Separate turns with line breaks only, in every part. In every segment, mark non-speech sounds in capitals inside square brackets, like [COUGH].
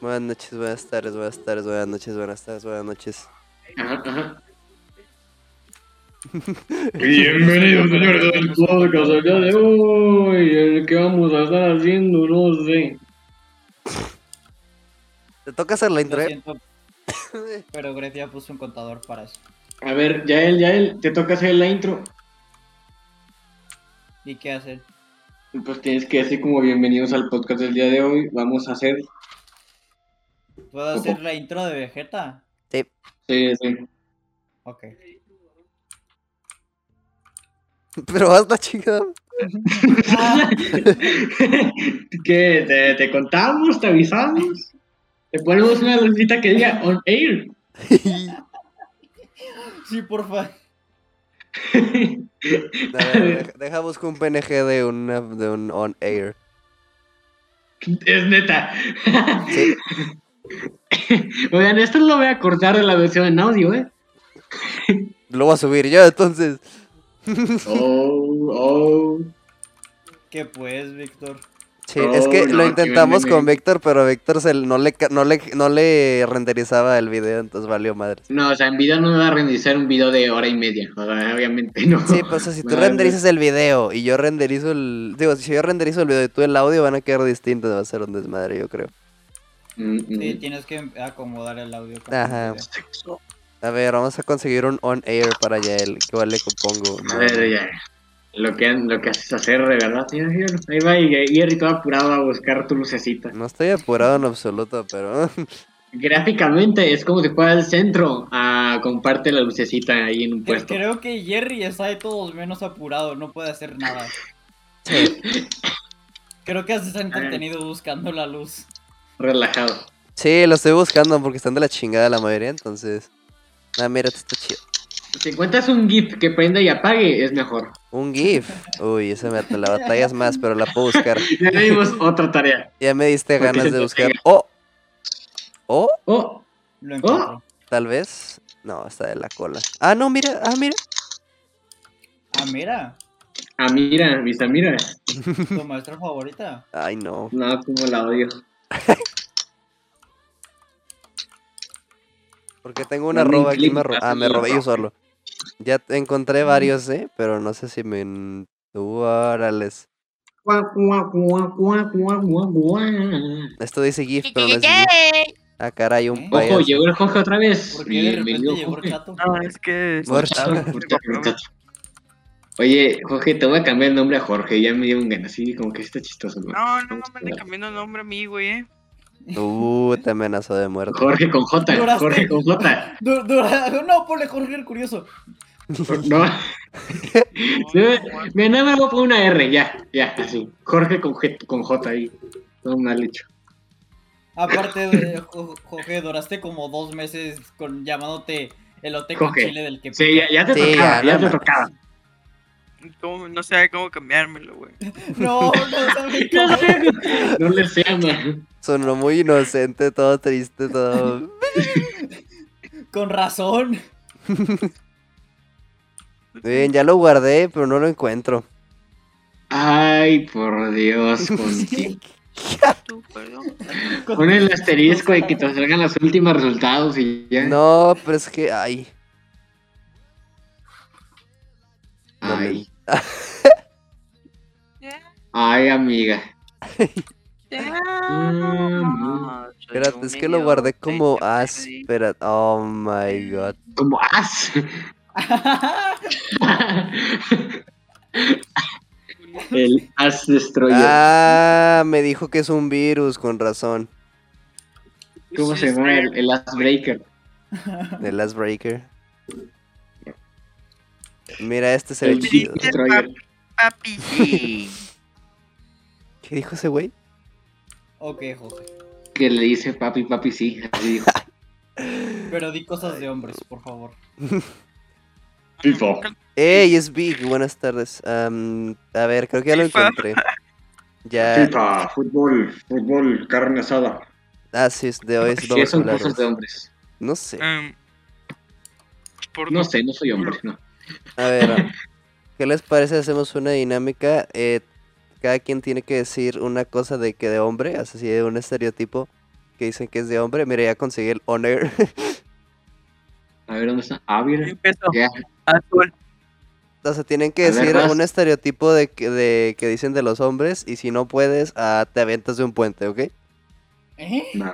Buenas noches, buenas tardes, buenas tardes, buenas noches, buenas tardes, buenas noches.
Ajá, [LAUGHS] ajá. Bienvenidos, señores, al podcast del día de hoy. El que vamos a estar haciendo, no sé.
¿Te toca hacer la
Lo
intro? eh?
siento, pero Gret ya puso un contador para eso.
A ver, Yael, Yael, te toca hacer la intro.
¿Y qué hacer?
Pues tienes que decir como bienvenidos al podcast del día de hoy. Vamos a hacer.
¿Puedo hacer la intro de Vegeta?
Sí, sí. [LAUGHS]
Ok.
[LAUGHS] Pero basta, chingada.
Ah,
¿Qué? ¿Te, te contamos? ¿Te avisamos? ¿Te ponemos una lucita que diga on air?
Sí, porfa.
A ver, deja, deja, busco un PNG de, una, de un on air.
Es neta. [LAUGHS]
Sí.
Oigan, esto lo voy a cortar de la versión en audio, ¿eh?
Lo voy a subir yo, entonces.
Oh, oh.
¿Qué pues, Víctor?
Sí,
No,
es que
Oh, no,
lo
qué
intentamos
meme.
con Víctor, pero Víctor se, no, le, ca- no, le, no le renderizaba el video, entonces valió madre.
No, o sea, en video no me va a renderizar un video de hora y media. O sea, obviamente no.
Sí, pues o sea, si tú
Madre.
renderizas el video y yo renderizo el. Digo, si yo renderizo el video y tú el audio, van a quedar distintos. Va a ser un desmadre, yo creo.
[LAUGHS] Mm, mm.
Sí, tienes que acomodar el audio. con
Ajá.
el video.
Sexo.
A ver, vamos a conseguir un on air para Yael. ¿Cuál le compongo?
A ver, ya. Lo que, lo que haces hacer, de verdad. Mira, mira, Ahí va y Jerry todo apurado a buscar tu lucecita.
No estoy apurado en absoluto, pero. [LAUGHS]
Gráficamente es como si fuera al centro a comparte la lucecita ahí en un
Cre-
puesto.
Creo que Jerry está de todos menos apurado, no puede hacer nada.
Sí,
Creo que se está
Eh.
entretenido buscando la luz.
Relajado.
sí, lo estoy buscando porque están de la chingada la mayoría, entonces. Ah, mira, esto está chido.
Si encuentras un GIF que prenda y apague, es mejor.
Un GIF. Uy, esa me la batallas más, pero la puedo buscar.
Ya tenemos otra tarea.
Ya me diste
Porque
ganas
se
de
te
buscar. Oh, oh,
Oh,
Lo encontró.
tal vez. No, está de la cola. Ah, no, mira, ah, mira.
Ah, mira.
ah, mira, vista, mira.
[LAUGHS]
Tu maestra favorita.
Ay, no.
No, como la odio.
Porque tengo una
Dame un
arroba aquí.
clic,
Me ro- ah,
hazme
me
la
robé yo
roja.
solo. Ya te- encontré varios, ¿eh? Pero no sé si me. en- Tú, órales.
Cuá, cuá, cuá, cuá, cuá, cuá, cuá.
Esto dice GIF, pero no es GIF.
Yay.
Ah, caray, un
Ojo,
Ojo,
payaso. [LAUGHS]
llegó el Jorge otra vez.
¿Por qué de repente
Bienvenido,
llegó el
Jorge.
chato?
No, es que
Por
estaba-
Jorge, muchacho. Oye, Jorge, te voy a cambiar el nombre a Jorge. Ya me dieron ganas. Sí, como que está chistoso. ¿no?
No, no,
pues,
me ande cambiando el nombre a mí, güey, eh.
Uh, te amenazó de
[LAUGHS]
muerte.
Jorge con J.
Lloraste.
Jorge con J.
Du- dura- No, ponle Jorge el curioso.
No.
No,
[LAUGHS] Sí,
no, güey.
Mira, nada más voy a poner una R, ya, ya, así. Jorge con, G- con J ahí. Todo mal hecho.
Aparte, de- Jo- Jorge, duraste como dos meses con, llamándote elote con
Jorge.
chile del que
Sí, ya, ya te
Sí,
tocaba,
ya,
ya,
no
te
mames.
tocaba.
¿Cómo- no sé cómo cambiármelo, güey.
[LAUGHS] No, no sabes cómo.
No le sé, man.
[LAUGHS] Sonó muy inocente, todo triste, todo.
Con razón. [LAUGHS]
Pues,
Bien, ya lo guardé, pero no lo encuentro.
Ay, por Dios,
[LAUGHS]
contigo.
Tú, perdón.
[LAUGHS]
Pon el asterisco y que te salgan los últimos resultados y ya.
No, pero es que. Ay.
Ay,
Ya,
ay, amiga.
ya,
Mm,
no, Ah, soy
Espérate,
un
es que lo
idiota
guardé
y
como
te
as.
perdí.
Espera, oh my god.
Como as.
[LAUGHS]
el as destroyer.
Ah, me dijo que es un virus, con razón.
¿Cómo
Pues,
se llama? El, el as breaker.
The Last Breaker.
[LAUGHS]
Mira, este se ve
El
chido.
virus destroyer.
Papi,
[LAUGHS]
sí.
¿Qué dijo ese güey?
ok, Jorge.
Que le dice papi, papi, sí. Así dijo.
Pero di cosas de hombres, por favor.
Pipo.
Hey, es Big, buenas tardes. Am, a ver, creo que ya lo
FIFA.
encontré. Ya.
fútbol, fútbol, carne asada.
Ah, sí, es de hoy es
Sí,
vamos a
son
hablar.
cosas de hombres.
No sé.
Em, por
No sé, no soy hombre, no.
A ver, ¿qué les parece? Hacemos una dinámica. eh, cada quien tiene que decir una cosa de que de hombre, así de un estereotipo que dicen que es de hombre. Mira, ya conseguí el honor. [LAUGHS]
A ver, ¿dónde está? Ah, mira.
Yo empiezo.
Ya.
Azul.
O sea, tienen que
A ver,
decir
vas.
un estereotipo de que, de que dicen de los hombres y si no puedes, ah, te aventas de un puente, ¿ok?
¿Eh?
No.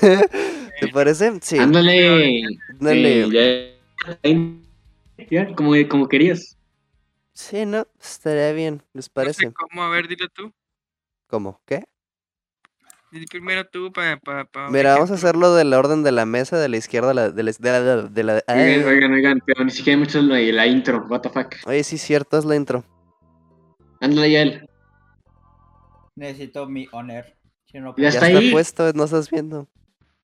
¿Te parece? Sí.
Ándale.
Dale.
Sí, ya. Ya, como, como querías.
Sí, no, estaría bien, ¿les
No sé
parece?
cómo, a ver, dilo tú.
¿Cómo? ¿Qué?
Dilo primero tú para. Pa, pa,
Mira, vamos a hacerlo de la orden de la mesa, de la izquierda, a la- de la... De la, de la- ah.
Oigan, oigan, oigan, pero ni siquiera hay mucho la, la intro, what the fuck.
Oye, sí, cierto, es la intro.
Ándale, Yael.
Necesito mi honor. Si no, pues
Ya
Ya
está
está,
ahí.
puesto, no estás viendo.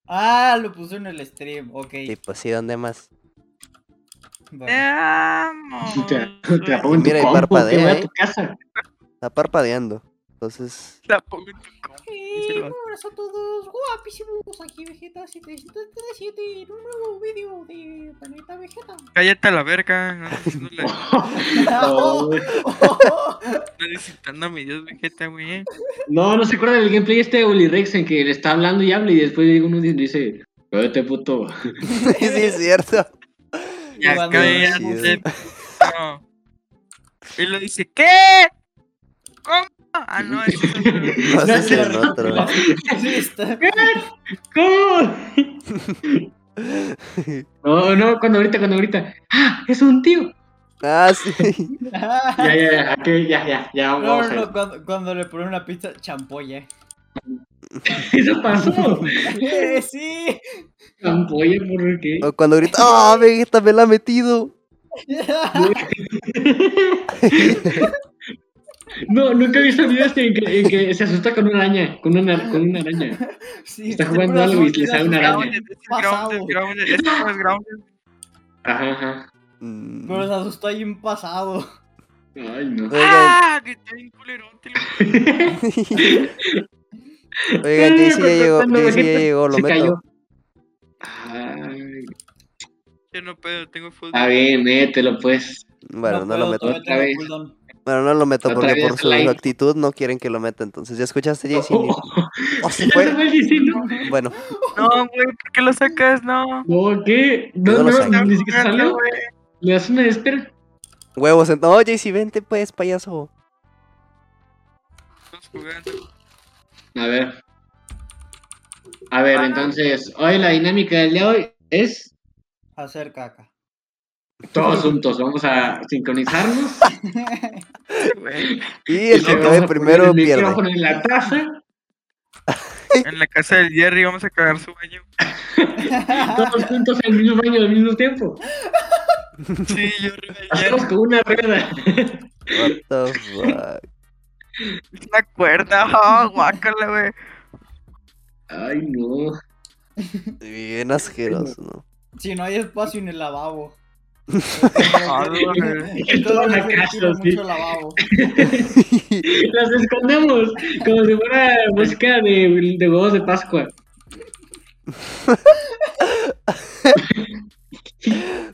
Ah, lo puse en el stream. Ok.
Y pues sí, ¿dónde más?
[LAUGHS] Te
bueno.
amo.
Te, te la pongo en tu
Mira, y
compu,
parpadea,
te voy a
¿eh?
tu casa.
Está parpadeando. Entonces, [LAUGHS]
La pongo en tu compu.
Eh, un abrazo a todos, guapísimos, aquí Vegeta 737 en un nuevo video de Planeta Vegeta.
Cállate a la verga. No andes haciéndole-
[LAUGHS]
No,
[LAUGHS]
güey.
no andes insultando a mi dios Vegeta, güey. eh.
no, no se acuerdan del gameplay este de Oli Rex en que le está hablando y habla y después llega uno y dice, cállate puto.
sí, sí, es cierto.
Ya,
Jugando
cállate.
chido.
No. Y lo dice, ¿qué? ¿Cómo?
[LAUGHS]
Ah, no, eso es otro.
No sé si en
cierto.
[LAUGHS] otro. ¿eh?
Sí, [LAUGHS] está.
¿Cómo? No, no, cuando ahorita, cuando ahorita. ¡Ah! ¡Es un tío!
Ah, sí.
Ya, ya, ya, ok, ya, ya, ya,
No,
vamos
no,
a
no, cuando, cuando le ponen una pizza champolla.
[LAUGHS] Eso pasó.
Eh, sí.
Campoya, ¿por qué?
O cuando grita, ¡ah, Vegeta me la ha metido!
No, nunca he visto videos en que, en que se asusta con una araña, con una, con una araña.
[LAUGHS] Sí,
Está
te
jugando
juro,
algo y
sí,
le sale una
asustado.
araña.
Grounded, este
Pasado.
es grounded, grounded, este no es grounded.
Ajá, ajá.
Mm. [LAUGHS]
Pero se asustó ahí en pasado.
Ay, no.
Oigan,
¡Ah! Que está bien culerote, lo-
oigan,
Eh,
JC ya llegó,
cuando
JC ya
Vegeta
llegó, lo
se cayó.
meto.
Ay,
Yo no puedo, tengo fútbol.
está bien, mételo pues.
Bueno, no lo
puedo,
meto.
todavía
Otra
tengo
vez.
cooldown.
Bueno, no lo meto
Otra
porque
vez
por su
like.
actitud no quieren que lo meta. Entonces, ¿ya escuchaste,
[LAUGHS]
JC?
Oh, oh,
Oh, se
[LAUGHS] ya
fue.
se fue el diciendo.
Bueno,
No, güey, ¿por qué lo sacas? No.
No, ¿qué?
Yo
No,
no lo
no,
sé.
ni siquiera salió. Le das una espera.
huevos. ent- No, JC, vente pues, payaso.
Estamos jugando.
A ver. A ver, entonces, hoy la dinámica del día de hoy es
Hacer caca.
todos juntos. Vamos a sincronizarnos.
Güey,
Y el
Le
que
vamos a
cae
poner
primero
el
pierde.
micrófono en la taza.
En la casa del Jerry vamos a cagar su baño.
Todos juntos en el mismo baño al mismo tiempo.
Sí, yo arriba del
Hacemos [LAUGHS]
Jerry.
con una rueda.
What the fuck.
Es una cuerda. ah, guácala,
[LAUGHS]
güey.
Ay, no.
Bien asqueroso, ¿no? [LAUGHS]
Si no hay espacio en el lavabo.
Ah, güey.
En toda la
Entonces,
casa,
quiero
sí.
mucho
[LAUGHS]
lavabo.
Las escondemos como si fuera música de, de huevos de Pascua.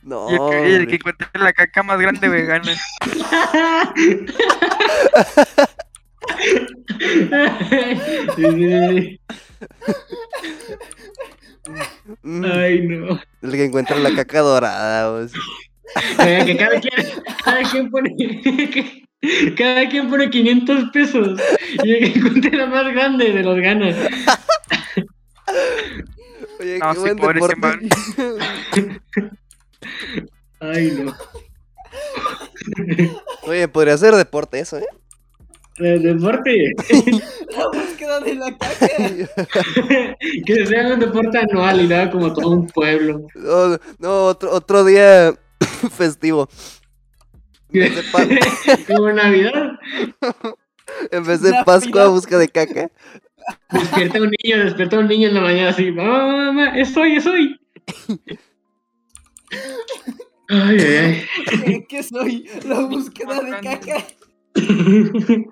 No,
Y el que- y el que
hombre.
encuentre la caca más grande vegana.
Mm,
Ay, no.
el que encuentra la caca dorada. pues. o sea.
Oiga, que cada quien, cada quien pone. Cada quien pone 500 pesos. Y el que encuentre la más grande de los gana.
Oye,
No,
qué
sí,
buen
pobre ese
deporte.
Ay, no.
[LAUGHS] Oye, podría ser deporte eso, ¿eh?
El deporte.
La búsqueda de la caca.
¿eh? [LAUGHS]
Que sea un deporte anual y nada como todo un pueblo.
No, Oh, no, otro, otro día [LAUGHS] festivo. En vez de,
[LAUGHS]
pa-
Como Navidad.
en vez de
Navidad.
Pascua, busca de caca.
Despierta un niño, despierta un niño en la mañana así. Mamá, mamá, es hoy, es hoy. Ay, ay,
¿Qué- ¿Qué soy? La búsqueda de caca.
ay.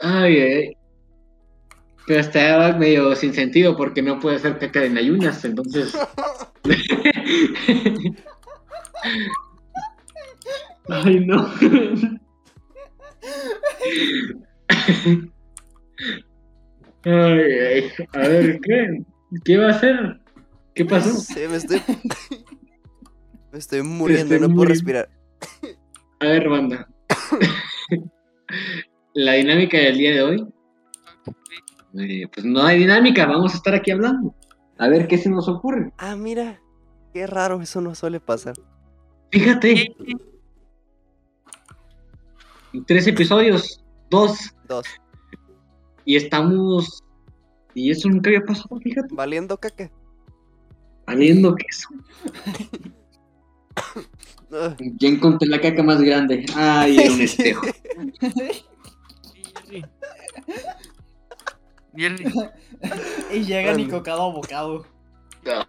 Ay, ay. Pero estaba medio sin sentido porque no puede hacer caca en ayunas, entonces. Ay, no. Ay, ay, a ver, ¿qué? ¿Qué va a hacer? ¿Qué pasó?
Sí, me
[LAUGHS]
estoy. me estoy muriendo,
Pues Estoy
no puedo
muriendo.
respirar.
A ver, banda. La dinámica del día de hoy. eh, pues no hay dinámica, vamos a estar aquí hablando. A ver qué se nos ocurre.
Ah, mira. Qué raro, eso no suele pasar.
Fíjate, tres episodios, dos,
Dos.
y estamos. Y eso nunca había pasado, fíjate.
Valiendo caca.
Valiendo queso.
Ah,
Ya encontré la caca más grande. Ay, era un espejo.
Jerry.
Y llega
Bueno.
Nico cada bocado.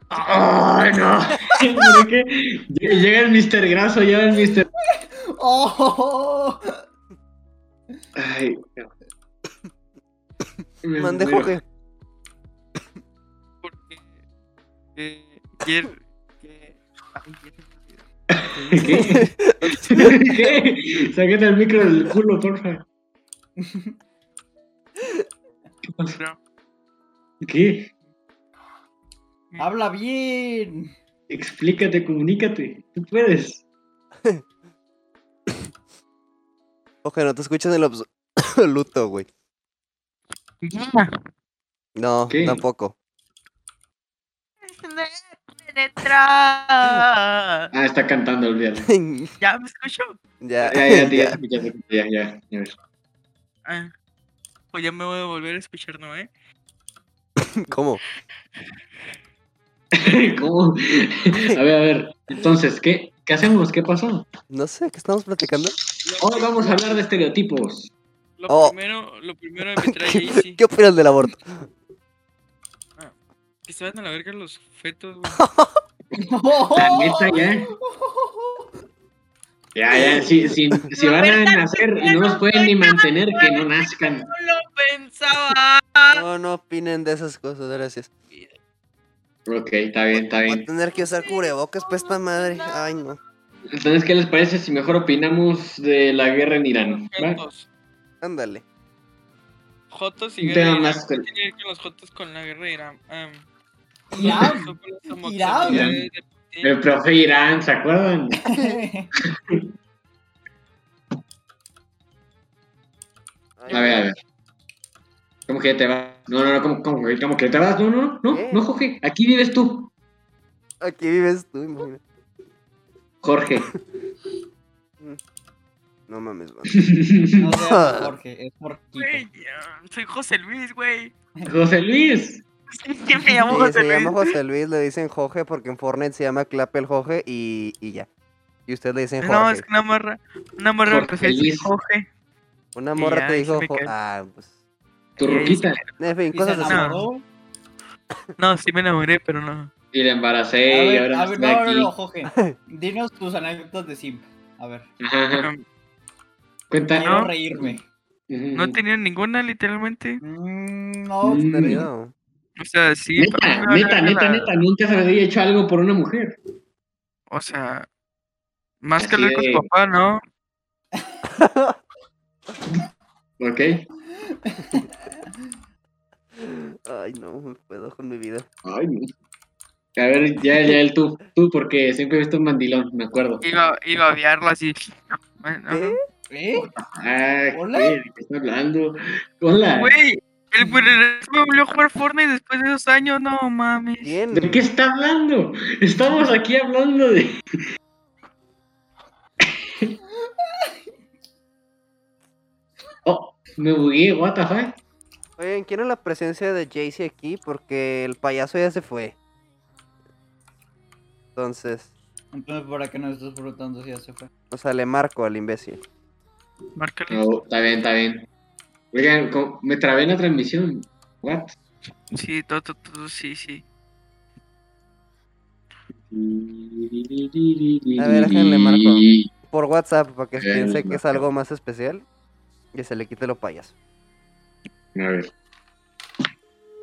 Ay, no. [LAUGHS] ¿Por qué? Llega el Mr. Graso, llega el Mr.
¡Oh!
Ay, no. Me
[COUGHS] Mande
muero.
Jorge.
Porque. Eh, Jerry. Que. Ay, Jerry.
[LAUGHS]
¿Qué? [LAUGHS] ¿Qué? Sáquete el micro del culo, porfa. ¿Qué pasó?
No.
¿Qué?
¡Habla bien!
Explícate, comunícate. Tú puedes.
Jorge, no te escuchas en lo [COUGHS] abs- absoluto, güey.
Ya.
No,
¿Qué?
tampoco. [LAUGHS]
Penetra.
Ah, está cantando, olvídate.
¿Ya me escucho?
ya.
Ya, ya, ya,
ya.
ya, ya, ya, ya, ya.
Ah. Pues ya me voy a volver a escuchar, ¿no, eh?
[LAUGHS] ¿Cómo?
[LAUGHS] ¿Cómo? A ver, a ver. Entonces, ¿qué, ¿qué hacemos? ¿Qué pasó?
No sé, ¿qué estamos platicando?
Hoy vamos a hablar de estereotipos.
Lo
Oh.
primero, lo primero que trae
¿Qué,
Jaycee.
qué opinas del aborto?
Que se van a la verga los fetos, güey.
Oh.
La neta, ya. Ya, ya, si, si, si van a nacer y no los pueden ni mantener, que no nazcan.
No lo pensaba.
No, no opinen de esas cosas, gracias.
Ok, está bien, está
Voy a
bien.
tener que usar cubrebocas para esta madre. Ay, no.
Entonces, ¿qué les parece si mejor opinamos de la guerra en Irán? ¿va?
Jotos.
Ándale.
Jotos y
Un
guerra.
tema
de Irán.
más. col-
¿Qué tiene que ver con los Jotos con la guerra de Irán? Am, [LAUGHS]
¡Ya!
son con los homosexuales
Irán.
de Putin.
El profe Irán, ¿se acuerdan?
Ay,
A ver, a ver. ¿Cómo que ya te vas? No, no, no, ¿cómo, cómo, que- cómo que te vas? No, no, no, no, no, Jorge. Aquí vives tú,
Aquí vives tú, imagínate.
[LAUGHS]
Jorge.
No mames, man.
No seas Jorge, es Jorquito.
Güey, ya, soy José Luis, güey. [LAUGHS]
José Luis.
¿Quién me llamo
Sí,
José
se
Luis?
llama José Luis, le dicen Jorge porque en Fortnite se llama Clap el Jorge y, y ya. Y usted le dicen Jorge.
No, es que una morra, una morra
Jorge
me empezó a decir
Luis.
Jorge.
Una morra
ya,
te
ahí
dijo
se me
Jo-
quedó.
Ah, pues.
Tu ruquita.
En fin,
Y se
cosas así.
enamoró.
No, sí me enamoré, pero no.
Y la
A
embaracé y
ver,
ahora
a ver,
estoy
no, no,
aquí.
no, Jorge. Dinos tus anécdotas de Simp. A ver,
Ajá, ajá. Cuenta.
quiero
No.
reírme.
Ujú.
No tenía ninguna, literalmente.
Mm, no,
Mm.
Oh, Perdido.
O sea, sí. para mí
Neta,
me
neta,
vale
neta,
la-
neta, nunca se había hecho algo por una mujer.
O sea, más que
Así
hablar con
de-
tu papá, ¿no?
¿Ok?
Ay, no, me puedo con mi vida.
Ay, no. A ver, ya, ya, el tú, tú, porque siempre he visto un mandilón, me acuerdo.
Iba, iba a odiarlo así. Bueno,
¿Qué?
¿eh?
Ah,
Hola.
¿qué? ¿De qué está hablando? Hola.
Güey, el Burrerés me volvió a jugar Fortnite después de dos años, no mames.
¿Quién?
¿De qué está hablando? Estamos aquí hablando de. Oh, me bugué, what the fuck.
Oigan, quiero la presencia de Jaycee aquí porque el payaso ya se fue. Entonces,
Entonces, ¿para qué nos estás preguntando si ya se fue?
o sea, le marco al imbécil.
Márcale.
No, está bien, está bien. Oigan, co- me trabé en la transmisión. What?
Sí, todo, todo, todo, sí, sí.
A ver, déjenle marco. Por WhatsApp para que
Ya, ya
piense
le
que es
marco.
algo más especial y se le quite lo payaso.
A ver.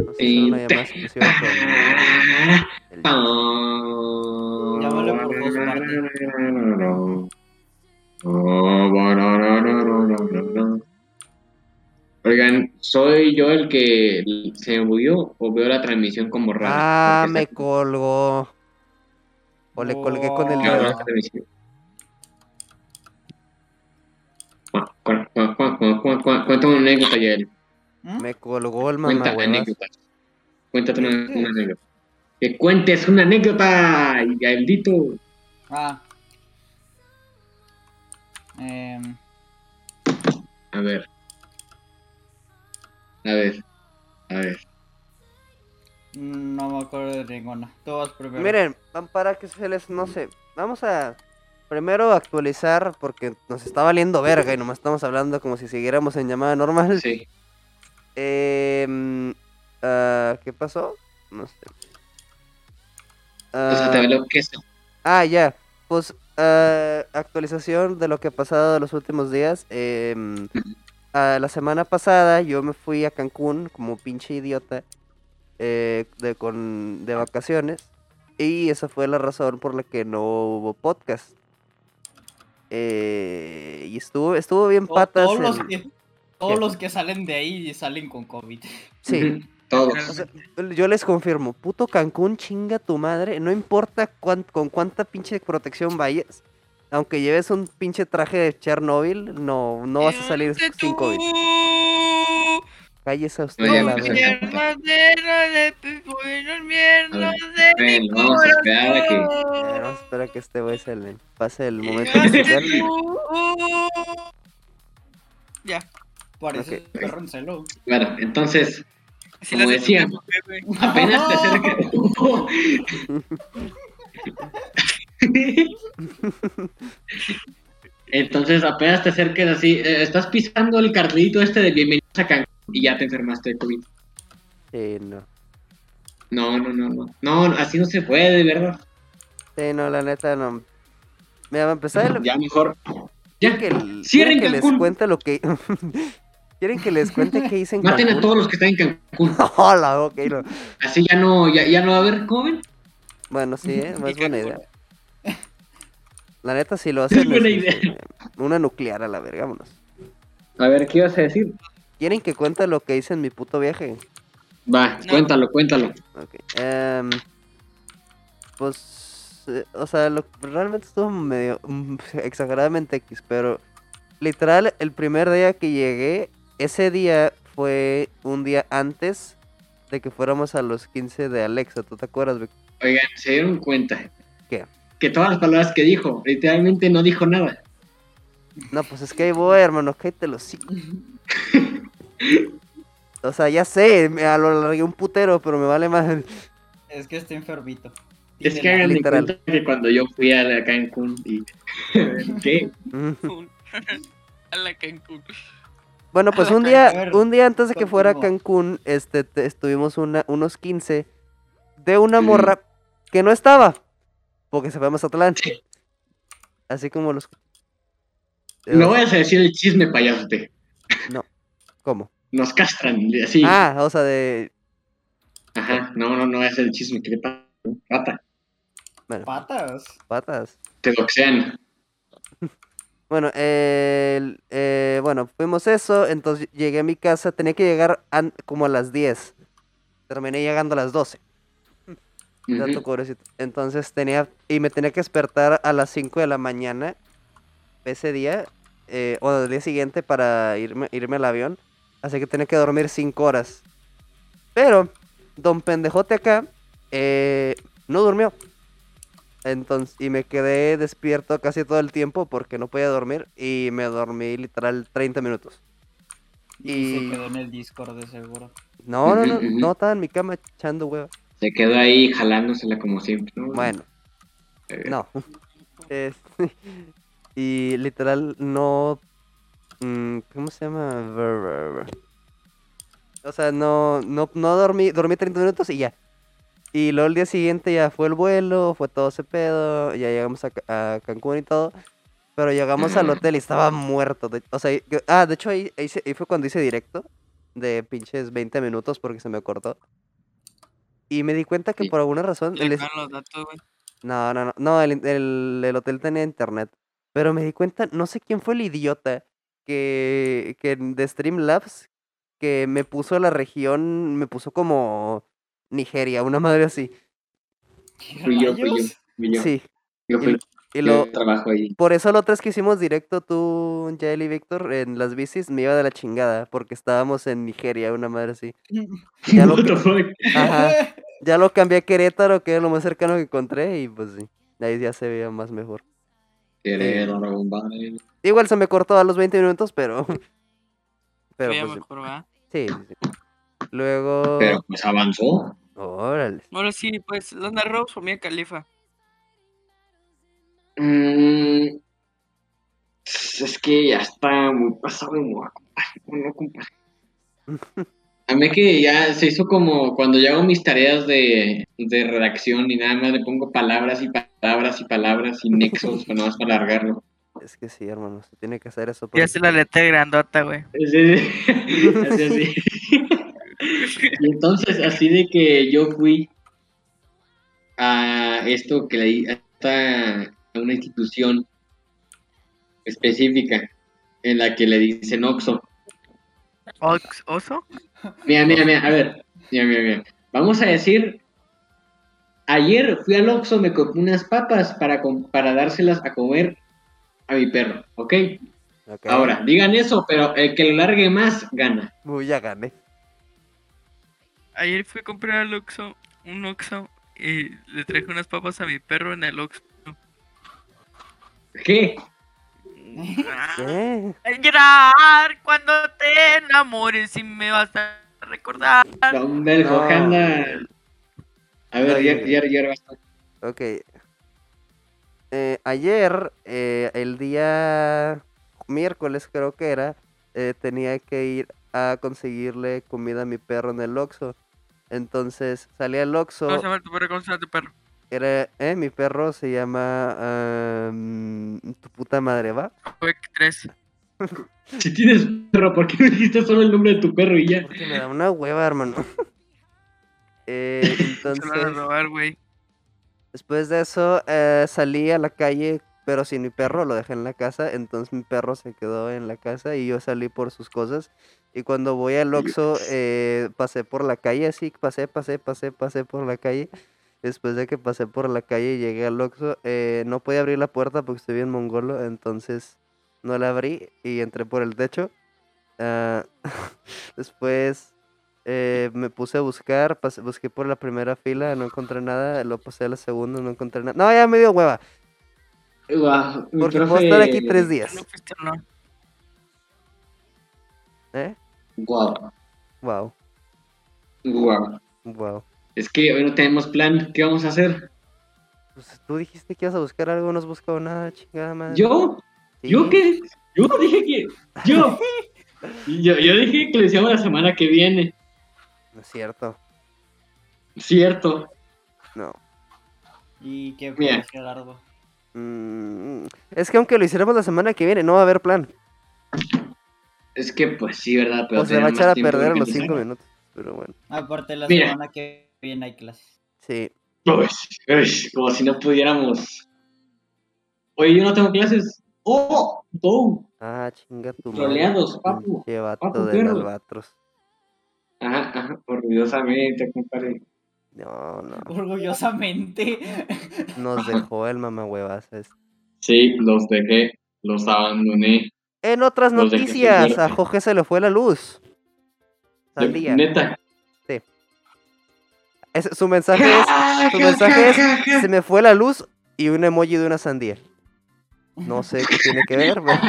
No sé si era una llamada exclusiva
[LAUGHS]
con el-
Llámalo
Llámale por dos partes.
Oigan, ¿soy yo el que se murió o veo la transmisión como rara?
Ah,
Porque
me
está-
colgó. O le colgué con el
Ah,
dedo.
la transmisión. Cuá, cuá, cuá, cuá, cuá, cuá, cuá. Cuéntame una anécdota, Yael.
¿Mm?
Me colgó el mamá,
Cuéntame anécdotas. Cuéntate una, una anécdota. Que cuentes una anécdota, Yaeldito.
Ah. Em,
A ver. A ver. A ver.
no me acuerdo de ninguna. Tú vas primero.
Miren, van para que se les, no sé, vamos a primero actualizar porque nos está valiendo verga y nomás estamos hablando como si siguiéramos en llamada normal.
Sí.
Em, ah, ¿Qué pasó? No sé.
O sea, te
Ah,
veo que se
Ah, ya. Pues eh, actualización de lo que ha pasado los últimos días. Em, ah, la semana pasada yo me fui a Cancún como pinche idiota eh, de, con, de vacaciones. Y esa fue la razón por la que no hubo podcast. Eh, y estuvo, estuvo bien
To-
patas.
todos, los
el-
que, todos
¿Qué?
los que salen de ahí y salen con COVID. [LAUGHS]
Sí,
Todos.
o sea, yo les confirmo, puto Cancún, chinga tu madre, no importa cuán- con cuánta pinche protección vayas, aunque lleves un pinche traje de Chernobyl, no, no vas a salir
Ponte
sin COVID.
tú,
Cállese usted
No,
a la
ya,
verga.
ya.
mierda de pepino, mierda de
Ven,
mi
Ah, vamos a esperar a que-
A ver,
corazón.
Vamos a esperar a que este güey se le pase el momento
Llegaste
musical.
tú. Ya.
Parece
Ok.
un perro en celo.
Bueno, entonces,
Así
como
las-
decía, apenas te acercas.
[LAUGHS]
Entonces, apenas te acerques así, eh, estás pisando el cartelito este de bienvenidos a Cancún y ya te enfermaste de COVID.
Sí, no.
No, no, no, no. No, no, así no se puede, ¿verdad?
Sí, no, la neta no. Mira, va a empezar el-
Ya mejor. Ya,
¿Quieren que, el-
cierren
quieren que les
Cancún.
cuente lo que... [LAUGHS] ¿Quieren que les cuente qué hice en
maten a
Cancún? [LAUGHS] ¡Ah,
todos los que están en Cancún.
Hola, ok, no.
Así ya no, ya, ya no va a haber joven.
Bueno, sí, ¿eh? No es buena idea.
Cancún.
La neta, si
[LAUGHS]
lo
es
hacen.
buena
este,
idea.
Una nuclear a la verga, vámonos.
A ver, ¿qué ibas a decir?
¿Quieren que cuente lo que hice en mi puto viaje?
Va,
No.
cuéntalo, cuéntalo.
Ok. em, pues. eh, o sea, lo, realmente estuvo medio. [LAUGHS] mm, exageradamente X, pero. Literal, el primer día que llegué, ese día fue un día antes de que fuéramos a los 15 de Alexa. ¿Tú te acuerdas, Vic?
Oigan, se dieron cuenta.
¿Qué?
Que todas las palabras que dijo, literalmente no dijo nada.
No, pues es que ahí voy, hermano, cállate los hocico. O sea, ya sé, me a lo alargué un putero, pero me vale más.
Es que está enfermito.
Es
Tiene
que
la-
hagan de
literal.
cuenta que cuando yo fui a la Cancún
[LAUGHS]
y. ¿Qué?
[LAUGHS] A la
[LAUGHS]
Cancún.
Bueno, pues un
A
día,
ver,
un día antes de que fuera a
continúa.
Cancún, este, te- estuvimos una, unos 15 de una
Mm.
morra que no estaba, porque se fue a Mazatlán. Así como los... Eh,
No vayas a decir el chisme, payasote.
¿Cómo?
Nos castran, así.
Ah, o sea, de...
Ajá, no, no, no es el chisme. ¿Qué te pasa? Rata,
Bueno,
Ah. Patas.
patas.
te doxean.
Bueno, eh, el- eh, bueno, fuimos eso, entonces llegué a mi casa, tenía que llegar an- como a las 10. Terminé llegando a las 12. dato
Ujú.
curiosito. Entonces tenía, y me tenía que despertar a las 5 de la mañana ese día, eh, o del día siguiente para irme, irme al avión. Así que tenía que dormir 5 horas. Pero, don pendejote acá, eh, no durmió. Entonces, y me quedé despierto casi todo el tiempo porque no podía dormir y me dormí literal 30 minutos.
Y...
Y-
se quedó en el Discord de seguro.
No, no, no,
Ujú, ujú.
no estaba en mi cama echando hueva.
Se quedó ahí jalándosela como siempre. ¿no?
Bueno,
Eh,
no. Es- [LAUGHS] y literal no... mm, ¿Cómo se llama? Ver, ver, ver. O sea, no, no, no dormí, dormí 30 minutos y ya. Y luego el día siguiente ya fue el vuelo, fue todo ese pedo, ya llegamos a, Ca- a Cancún y todo. Pero llegamos al hotel y estaba muerto. de- o sea, y- ah, de hecho ahí, ahí se- ahí fue cuando hice directo de pinches 20 minutos porque se me cortó. Y me di cuenta que
Sí.
por alguna razón...
Le
el es-
acaban los datos, güey.
no, no, no. No, el, in- el- el hotel tenía internet. Pero me di cuenta, no sé quién fue el idiota que, que de Streamlabs que me puso la región, me puso como Nigeria, una madre así.
Fui yo, fui yo. Fui yo.
Sí.
Yo fui.
Y lo,
yo trabajo ahí.
por eso la otra vez que hicimos directo tú, Yael y Víctor, en las bicis, me iba de la chingada, porque estábamos en Nigeria, una madre así. Ya lo,
What the fuck?
[LAUGHS]
ajá, ya lo cambié a Querétaro, que es lo más cercano que encontré, y pues sí, ahí ya se veía más mejor.
Eh,
Querer, Aragón, vale.
Igual se me cortó a los 20 minutos, pero... [LAUGHS] Pero
Sería
pues,
mejor, ¿verdad?
sí, sí, sí. Luego...
Pero pues avanzó.
Órale.
Ahora sí, pues, Lana Rose o Mia Califa.
Mm, es que ya está muy pasado de moda, compadre. No, compadre.
A mí que ya se hizo como cuando yo hago mis tareas de, de redacción y nada más le pongo palabras y palabras y palabras y nexos, [LAUGHS] nada más para alargarlo.
Es que sí, hermano, se tiene que hacer eso.
Ya
porque-
se la letra grandota, güey.
Sí, sí. [LAUGHS] Así, así. Y entonces, así de que yo fui a esto que leí, a esta- a una institución específica en la que le dicen Oxo.
Ox- ¿Oso?
Mira, mira, mira, a ver. Mira, mira, mira. Vamos a decir. Ayer fui al Oxxo, me compré unas papas para, com- para dárselas a comer a mi perro, ¿ok?
Ok.
Ahora, digan eso, pero el que lo largue más gana.
Uy, ya gané.
Ayer fui a comprar al Oxxo, un Oxxo, y le traje unas papas a mi perro en el
[LAUGHS]
Oxxo.
¿Qué?
Ah,
¿Qué?
Llorar cuando te enamores y me vas a recordar.
Hombre, el
No.
Jojanda. A
No,
ver,
yo-
ya, ya, ya basta.
Ok. Eh, ayer, eh, el día miércoles creo que era, eh, tenía que ir a conseguirle comida a mi perro en el Oxxo. Entonces salí al Oxxo.
¿Cómo se llama tu perro? ¿Cómo se llama tu perro?
Era, eh, mi perro se llama... ah, mm, tu puta madre, ¿va?
Quick 3.
Si tienes perro, ¿por qué no dijiste solo el nombre de tu perro y ya?
Porque me da una hueva, hermano. [LAUGHS] Eh,
Se lo van a
entonces...
robar, güey.
Después de eso eh, salí a la calle, pero sin mi perro, lo dejé en la casa, entonces mi perro se quedó en la casa y yo salí por sus cosas. Y cuando voy al Oxxo, eh, pasé por la calle, así, pasé, pasé, pasé, pasé por la calle. Después de que pasé por la calle y llegué al Oxxo, eh, no podía abrir la puerta porque estoy bien mongolo, entonces no la abrí y entré por el techo. Ah, [LAUGHS] después eh, me puse a buscar, pas- busqué por la primera fila, no encontré nada, lo pasé a la segunda, no encontré nada. No, ya me dio hueva,
Guau, mi
porque puedo
profe-
estar aquí tres días.
No fuiste, no.
¿Eh?
Guau,
Wow,
guau.
wow.
Es que hoy no tenemos plan, ¿qué vamos a hacer?
Pues tú dijiste que ibas a buscar algo, no has buscado nada, chingada madre.
¿Yo? ¿Yo
Ah, Sí.
qué? Yo dije que.
[LAUGHS]
Yo. Yo, yo dije que lo decíamos la semana que viene.
No es cierto,
Cierto.
no.
Y qué fue,
Mira.
Gerardo.
Mm, es que aunque lo hiciéramos la semana que viene, no va a haber plan.
Es que pues sí, ¿verdad?
O se va a
tenemos
echar a
tiempo de
perder a los
pensar.
cinco minutos. Pero bueno,
Aparte, la
Mira.
semana que viene hay clases. [LAUGHS]
sí.
Uy, Pues, uy, como si no pudiéramos. Oye, yo no tengo clases. ¡Oh! ¡Oh!
Ah, chinga tu
Troleados, papu,
Pinche vato
papu,
del
perro.
albatros.
Ajá, ajá, orgullosamente, compadre.
No, no.
Orgullosamente. [LAUGHS]
Nos dejó el mamahuevas. este.
Sí, los dejé, los abandoné.
En otras
Los dejé sin
noticias, a
suerte.
Jorge se le fue la luz.
De-
Al día. [LAUGHS]
Neta.
Es- su mensaje
[LAUGHS]
es: tu mensaje es, se me fue la luz y un emoji de una sandía. No sé qué tiene que ver,
[LAUGHS]
pero-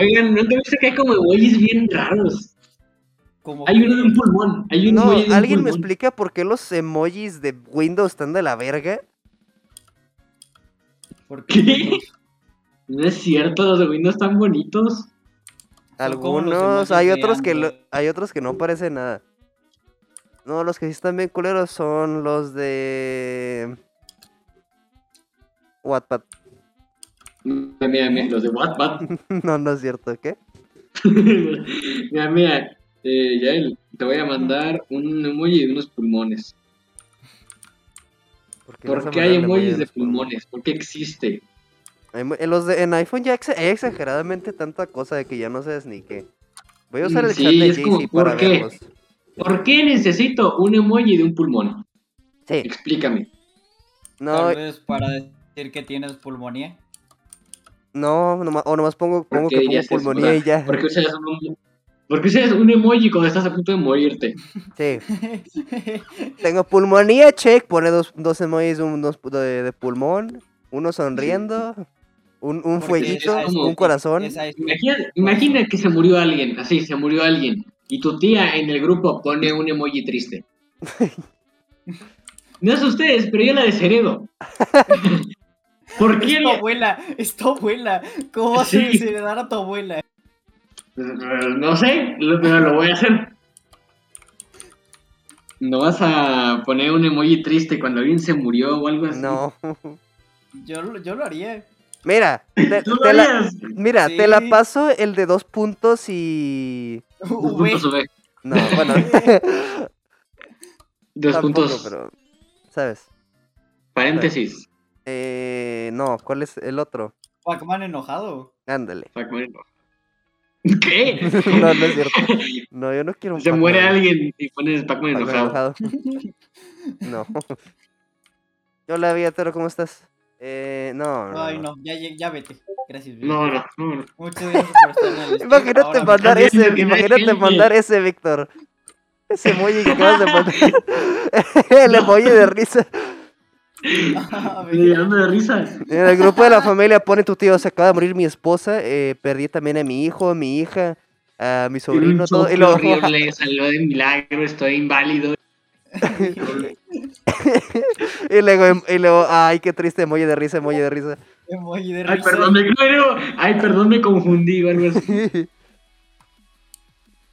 Oigan, ¿no te gusta que hay como emojis bien raros?
Como
Hay uno de un pulmón. Hay un
No,
emoji de un
¿alguien me
pulmón.
explica por qué los emojis de Windows están de la verga?
[LAUGHS] Porque
¿Qué? No es cierto, los de Windows están bonitos.
Son como los
Algunos,
emojis
hay
de
otros que lo-
Android.
hay otros que no aparecen nada. No, los que sí están bien culeros son los de Wattpad. [LAUGHS]
Mira, mira, mira, los de Wattpad.
no, no es cierto, ¿qué?
[LAUGHS] mira, mira, eh, Yael, te voy a mandar un emoji de unos pulmones.
¿Por qué le vas a
¿Por qué
mandar
hay
el emoji
emojis de
los
pulmones? ¿Por qué existe?
Hay mu- en, los de- en iPhone ya ex- hay exageradamente tanta cosa de que ya no sabes ni qué. Voy a usar el
Sí,
chat de
es como,
Jay-Z
¿por
para
qué?
verlos.
¿Por qué necesito un emoji de un pulmón?
Sí,
Explícame.
no,
Tal vez para decir que tienes pulmonía. [LAUGHS]
no, noma- o nomás pongo, pongo
qué
que pongo
dirías eso? O
pulmonía
sea,
y ya.
¿Por qué usas un, por qué usas un emoji cuando estás a punto de morirte?
Sí, tengo pulmonía, check. Pone dos, dos emojis un- dos pu- de, de pulmón, uno sonriendo, un, un
Porque
fueguito,
es
un
como-
corazón.
Esa es-
Imagina, imagina que se murió alguien, así, se murió alguien. Y tu tía en el grupo pone un emoji triste. No sé ustedes, pero yo la desheredo. ¿Por
Es
qué?
tu
le-
abuela, es tu abuela. ¿Cómo vas a
Sí.
considerar a tu abuela?
No sé, lo- pero lo voy a hacer. ¿No vas a poner un emoji triste cuando alguien se murió o algo así?
No. [LAUGHS]
Yo, lo- yo lo haría.
Mira, te,
¿Tú lo
te la,
harías?
mira, te la
Sí.
paso el de dos puntos y...
[LAUGHS]
Dos
V.
puntos V.
No, bueno, [LAUGHS]
[LAUGHS] Dos
tampoco,
puntos.
pero... ¿Sabes?
Paréntesis.
Eh, no, ¿cuál es el otro?
Pac-Man enojado.
[LAUGHS]
Ándale.
¿Qué?
No, no es cierto. No, yo no quiero un
Se
Pac-Man.
muere alguien y pones Pac-Man
Pac-Man
enojado.
enojado.
[LAUGHS]
No. Yo la vi, Tero, ¿cómo estás? Eh, no, no.
Ay,
no.
no, ya, ya, ya vete. Gracias. Vic.
No, no, no. no.
Muchas gracias por estar en el stream.
Imagínate mandar ese, imagínate
también tiene
Ahora me-
gente.
mandar ese, Víctor. Ese emoji que acabas de mandar. [LAUGHS] el emoji de risa.
Ah,
Estoy
Vic.
llorando de risa.
En el grupo de la familia pone tu tío, se acaba de morir mi esposa, eh, perdí también a mi hijo, a mi hija, a mi
Tuve
sobrino,
un
todo. Y
choque
luego- [LAUGHS]
horrible, salió de milagro, estoy inválido. [LAUGHS]
[LAUGHS]
Y luego, em, y luego, ay, qué triste, emoji de risa, emoji de
[LAUGHS]
risa.
Emoji de
Ay,
risa.
perdón, me muero. Ay, perdón, me confundí o algo así.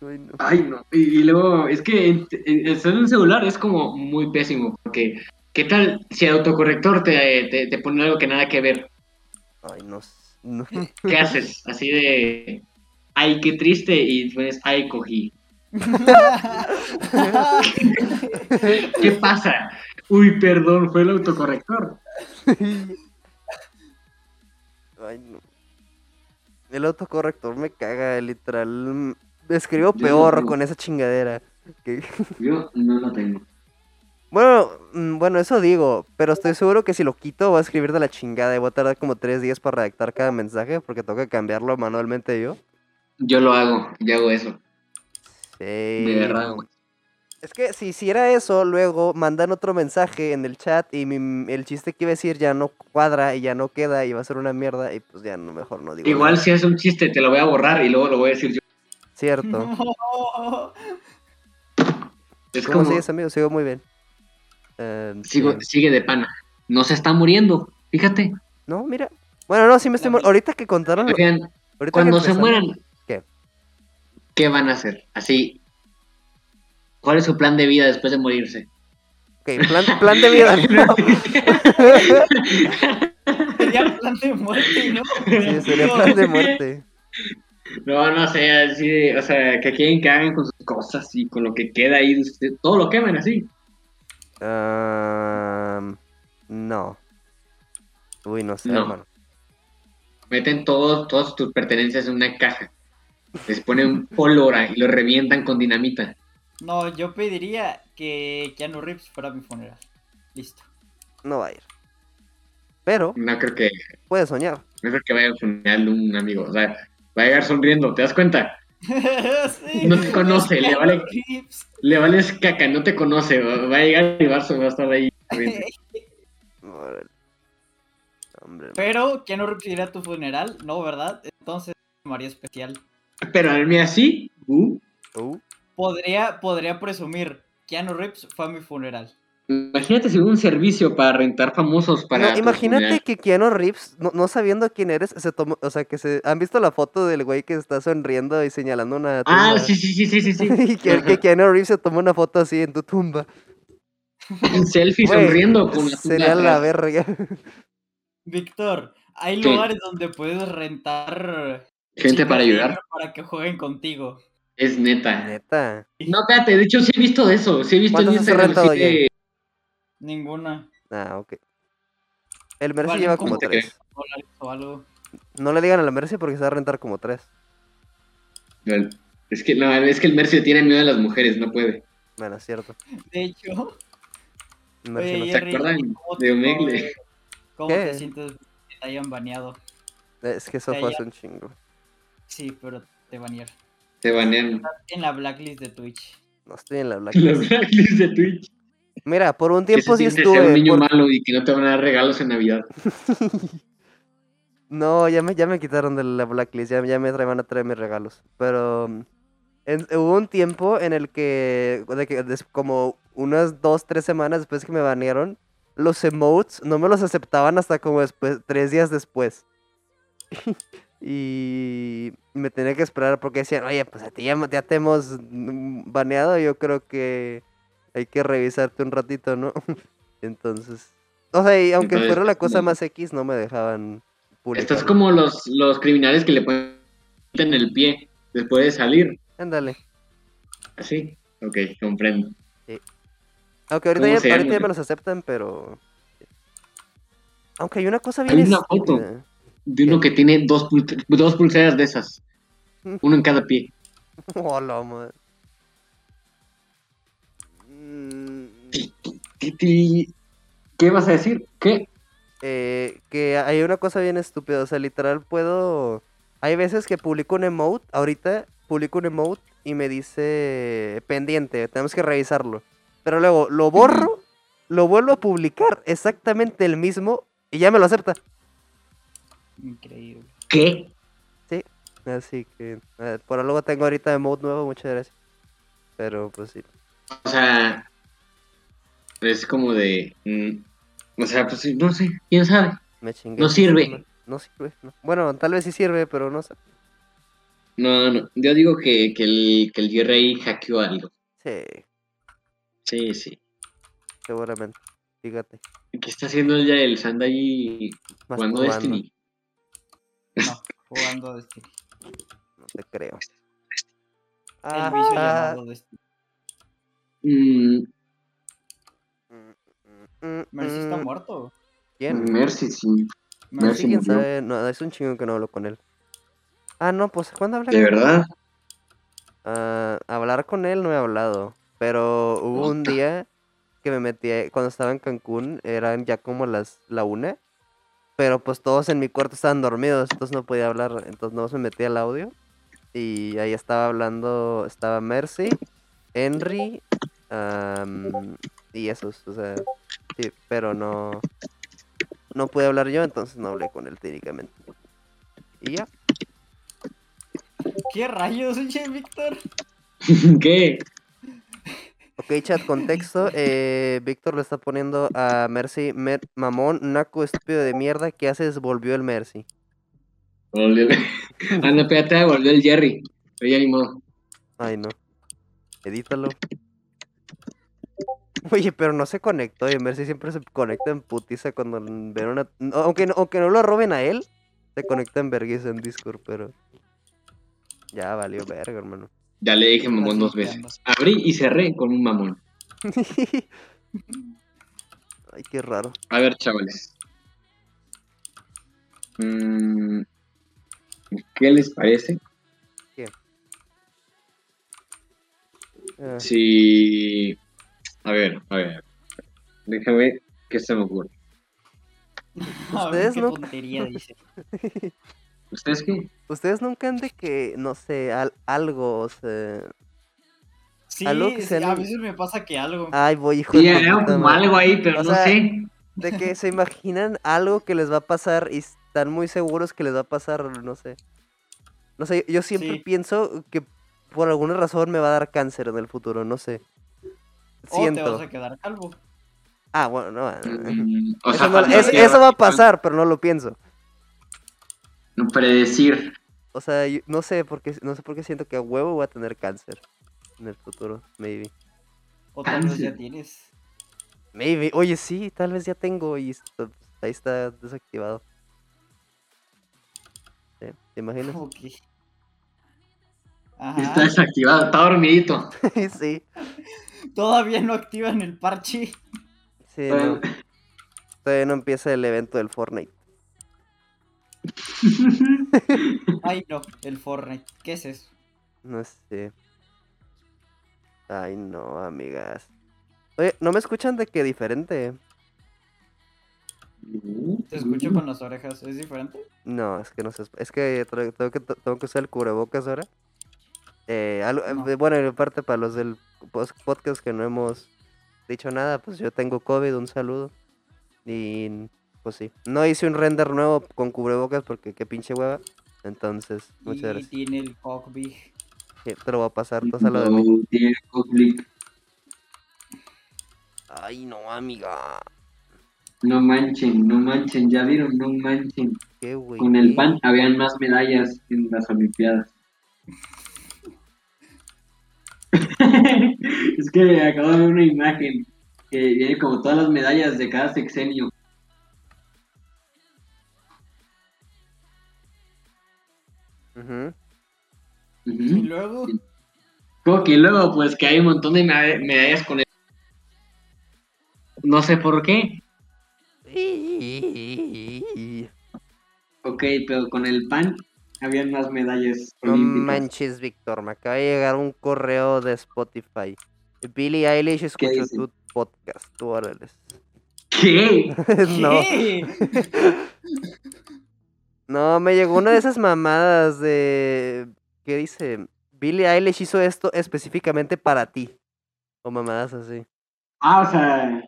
Ay, no.
Ay, no. Y, y luego, es que en- en- estar en el celular es como muy pésimo, porque ¿qué tal si el autocorrector te, te, te pone algo que nada que ver?
Ay, no. s- no. [LAUGHS]
¿Qué haces? Así de, ay, qué triste, y pones, ay, cogí.
[LAUGHS]
¿Qué pasa? Uy, perdón, fue el autocorrector.
Ay, no. El autocorrector me caga, literal. mm, Escribo
Yo no
peor
tengo.
con esa chingadera. que-
Yo no lo tengo.
Bueno, mm, bueno, eso digo, pero estoy seguro que si lo quito va a escribir de la chingada y voy a tardar como tres días para redactar cada mensaje porque tengo que cambiarlo manualmente yo.
Yo lo hago, yo hago eso.
Sí.
De verdad, güey.
Es que si hiciera eso, luego mandan otro mensaje en el chat y mi- el chiste que iba a decir ya no cuadra y ya no queda y va a ser una mierda y pues ya no, mejor no digo. nada.
Igual si es un chiste, te lo voy a borrar y luego lo voy a decir yo.
Cierto.
[LAUGHS] No.
Es
¿Cómo
como,
sigues, amigo? Sigo muy bien. Eh,
sigo-
eh,
sigue de pana. No se está muriendo, fíjate.
No, mira. Bueno, no, sí me estoy... mor- Ahorita que contaron... lo-
Oigan,
ahorita que
cuando se
empezaron-
mueran,
¿Qué?
¿qué van a hacer? Así, ¿cuál es su plan de vida después de morirse?
Ok, plan, plan de
[LAUGHS]
vida. ¿no?
Sería plan de muerte, ¿no?
[LAUGHS] Sí, sería plan de muerte.
No, no sé, así, de- o sea, que quieren que hagan con sus cosas y con lo que queda ahí, de usted- todo lo queman así.
Am, no. Uy, no sé,
No.
hermano.
Meten todos, todas tus pertenencias en una caja. Les ponen pólvora y lo revientan con dinamita.
No, yo pediría que Keanu Reeves fuera a mi funeral. Listo. [LAUGHS]
No va a ir. Pero
No creo que
puede soñar.
No creo que vaya al funeral de un amigo. O sea, va a llegar sonriendo, ¿te das cuenta?
Sí,
No te conoce, le
Keanu
vale-
Reeves.
Le vales caca, no te conoce. Va va a llegar y va a va a
[LAUGHS]
estar ahí. sonriendo.
Órale. Hombre,
Pero Keanu Reeves iría a tu funeral, ¿no? ¿Verdad? Entonces, María especial.
Pero a mí así, uh,
uh,
Podría, podría presumir, Keanu Reeves fue a mi funeral.
imagínate si hubo un servicio para rentar famosos para.
No,
tu
imagínate
funeral.
que Keanu Reeves, no, no sabiendo quién eres, se tomó, o sea, que se han visto la foto del güey que está sonriendo y señalando una
Ah,
tumba?
sí, sí, sí, sí, sí. sí.
[LAUGHS] y que, que Keanu Reeves se tomó una foto así en tu tumba.
Un selfie
Güey,
sonriendo con la tumba
[LAUGHS] Sería la
atrás.
verga. [LAUGHS]
Víctor, hay
¿Qué?
lugares donde puedes rentar
Gente para
chicas
ayudar.
para que jueguen contigo.
Es neta.
Neta.
No, espérate, de hecho sí he visto eso. Sí he visto en
¿Cuántos has
Instagram.
rentado
sí de-
Ninguna.
Ah, ok. El Mercy
Valen
lleva
como
como
te
tres.
dólares o algo.
No le digan al Mercy porque se va a rentar como tres.
Bueno, es que no, es que el Mercio tiene miedo a las mujeres, no puede.
Bueno, es cierto.
De hecho,
El Mercy
Oye,
no
y
¿Se
Jerry,
acuerdan
¿cómo
de
te-
Omegle?
¿Cómo
¿Qué?
te sientes que te hayan baneado?
sé. Es que eso
Ya,
fue
ya.
hace un chingo.
Sí, pero te banearon.
Te banean. [LAUGHS]
En la blacklist de Twitch.
No estoy en la
Los
blacklist.
blacklists de Twitch.
Mira, por un
Que
tiempo
se
sí
siente ser un
estuve.
niño
eh, por-
malo y que no te van a dar regalos en Navidad.
No, ya me, ya me quitaron de la blacklist, ya, ya me tra- van a traer mis regalos. Pero mm, en- hubo un tiempo en el que, de que des- como unas dos, tres semanas después que me banearon, los emotes no me los aceptaban hasta como después, tres días después. [LAUGHS] y me tenía que esperar porque decían, oye, pues a ti ya, ya te hemos mm, baneado, yo creo que hay que revisarte un ratito, ¿no? [LAUGHS] Entonces... O sea, y aunque
Entonces,
fuera la
como-
cosa más X, no me dejaban
Esto es
publicarlo.
como los, los criminales que le ponen el pie después de salir.
Ándale.
Así. Ok, comprendo.
Aunque ahorita
¿Cómo
ya,
se llama?
ahorita ya me los aceptan, pero. Aunque hay una cosa
Hay
bien.
una foto.
estúpida. [LAUGHS]
De uno que tiene dos, pul- dos pulseras de esas. Uno en cada pie.
Oh, la madre. Mm,
Titi, ¿Qué vas a decir? ¿Qué?
eh, que hay una cosa bien estúpida. O sea, literal puedo. Hay veces que publico un emote. Ahorita publico un emote y me dice pendiente. Tenemos que revisarlo. Pero luego lo borro, lo vuelvo a publicar exactamente el mismo y ya me lo acepta.
Increíble.
¿Qué?
Así que eh, por algo tengo ahorita emote nuevo, muchas gracias. Pero pues sí.
O sea, es como de... mm, o sea, pues sí, no sé, quién sabe.
Me chingué.
No sirve.
No sirve. no. Bueno, tal vez sí sirve, pero no sé.
No, no, yo digo que, que el, que el Jerry hackeó algo.
Sí,
Sí, sí.
seguramente. Fíjate.
¿Qué está haciendo el este Yael? ¿Se anda ahí
Más
jugando
probando,
Destiny?
No, jugando este, a Destiny.
No te creo.
este,
El
Ah,
vicio
ah,
llamado este. Destiny.
Mm,
mm,
Mercy está
mm,
muerto.
¿Quién?
Mercy, sí.
No
Mercy
sé quién
Mm, murió.
sabe. No, es un chingo que no hablo con él. Ah, no, pues ¿cuándo hablé?
¿De verdad? [LAUGHS]
Ah, hablar con él no he hablado, pero hubo un día que me metí, a- cuando estaba en Cancún, eran ya como las la una, pero pues todos en mi cuarto estaban dormidos, entonces no podía hablar, entonces no me metí al audio y ahí estaba hablando, estaba Mercy, Henry am, y esos, o sea, sí, pero no, no pude hablar yo, entonces no hablé con él técnicamente. Y ya,
¿Qué rayos, oye, Víctor?
¿Qué?
Ok, chat, contexto. eh, Víctor le está poniendo a Mercy mer- mamón, naco, estúpido de mierda. ¿Qué haces? Volvió el Mercy.
Volvió [LAUGHS] el- Anda, pégate, Ah, volvió el Jerry. Pero ya ni modo.
Ay, no. Edítalo. Oye, pero no se conectó. Y Mercy siempre se conecta en putiza cuando ven una. no, Aunque no, aunque no lo roben a él, se conecta en vergüenza en Discord, pero. Ya valió verga, hermano. [LAUGHS]
Ya le dije mamón dos veces. Abrí y cerré con un mamón.
Ay, qué raro.
A ver, chavales. Mm, ¿Qué les parece?
Ah,
Si. A ver, a ver. Déjame que se me ocurre.
[LAUGHS] A ver,
Ustedes
qué
no- [LAUGHS]
tontería dice.
¿Ustedes qué?
Ustedes nunca han de que, no sé, al- algo, o sea.
Sí,
Algo que
sí,
sea Ah,
a
en-
veces me pasa que algo.
Ay, voy, hijo
Sí,
de tu
era
puta
como
madre.
algo ahí, pero
O
no
sea,
sé.
De que se imaginan algo que les va a pasar y están muy seguros que les va a pasar, no sé. No sé, yo siempre
Sí.
pienso que por alguna razón me va a dar cáncer en el futuro, no sé.
o te
Siento.
vas a quedar calvo.
Ah, bueno, no. eh,
Mm, O
Eso, no-
cuando
es-
quieras
eso va a pasar, pero no lo pienso.
Predecir.
O sea, yo- no sé por qué, no sé por qué siento que a huevo voy a tener cáncer en el futuro, maybe.
O tal vez
Cáncer.
ya tienes.
Maybe, oye, sí, tal vez ya tengo y esto- ahí está desactivado. Sí, ¿Te
[LAUGHS]
imaginas? [LAUGHS]
Como que. Ajá.
Está desactivado, está dormidito.
sí. [LAUGHS]
Todavía no activan el parche.
Sí, no.
Bueno,
Todavía no empieza el evento del Fortnite.
Ay, no, el Fortnite. ¿Qué es eso?
No sé. Ay, no, amigas. Oye, ¿no me escuchan de qué diferente?
Te escucho
Mm.
con las orejas. ¿Es diferente?
No, es que no sé. Es que tra- tengo que, tengo que usar el cubrebocas ahora. Eh, algo- eh,
No.
Bueno, en parte para los del pos- podcast que no hemos dicho nada, pues yo tengo COVID, un saludo. Y pues sí. No hice un render nuevo con cubrebocas porque qué pinche hueva. Entonces, muchas
y
gracias.
tiene el cockpit.
Sí, Te lo voy a pasar, tú hazlo de mí.
No, tiene conflicto.
Ay, no, amiga.
No manchen, no manchen, ya vieron, no manchen.
Qué güey.
Con el pan habían más medallas en las Olimpiadas. [LAUGHS] es que acabo de ver una imagen que viene como todas las medallas de cada sexenio.
Ujú. Mm.
Y
Ujú.
[LAUGHS]
luego,
Como que luego, pues que hay un montón de meda- medallas con el. No sé por qué. Ok, pero con el pan habían más medallas.
No
olímpicas.
manches, Víctor, me acaba de llegar un correo de Spotify. Billie Eilish escuchó
dice?
tu podcast, tú órales. [LAUGHS]
¿Qué?
no, [LAUGHS]
¿qué?
no, me llegó una de esas mamadas de... ¿Qué dice? Billie Eilish hizo esto específicamente para ti. O mamadas así.
Ah,
[LAUGHS]
o sea.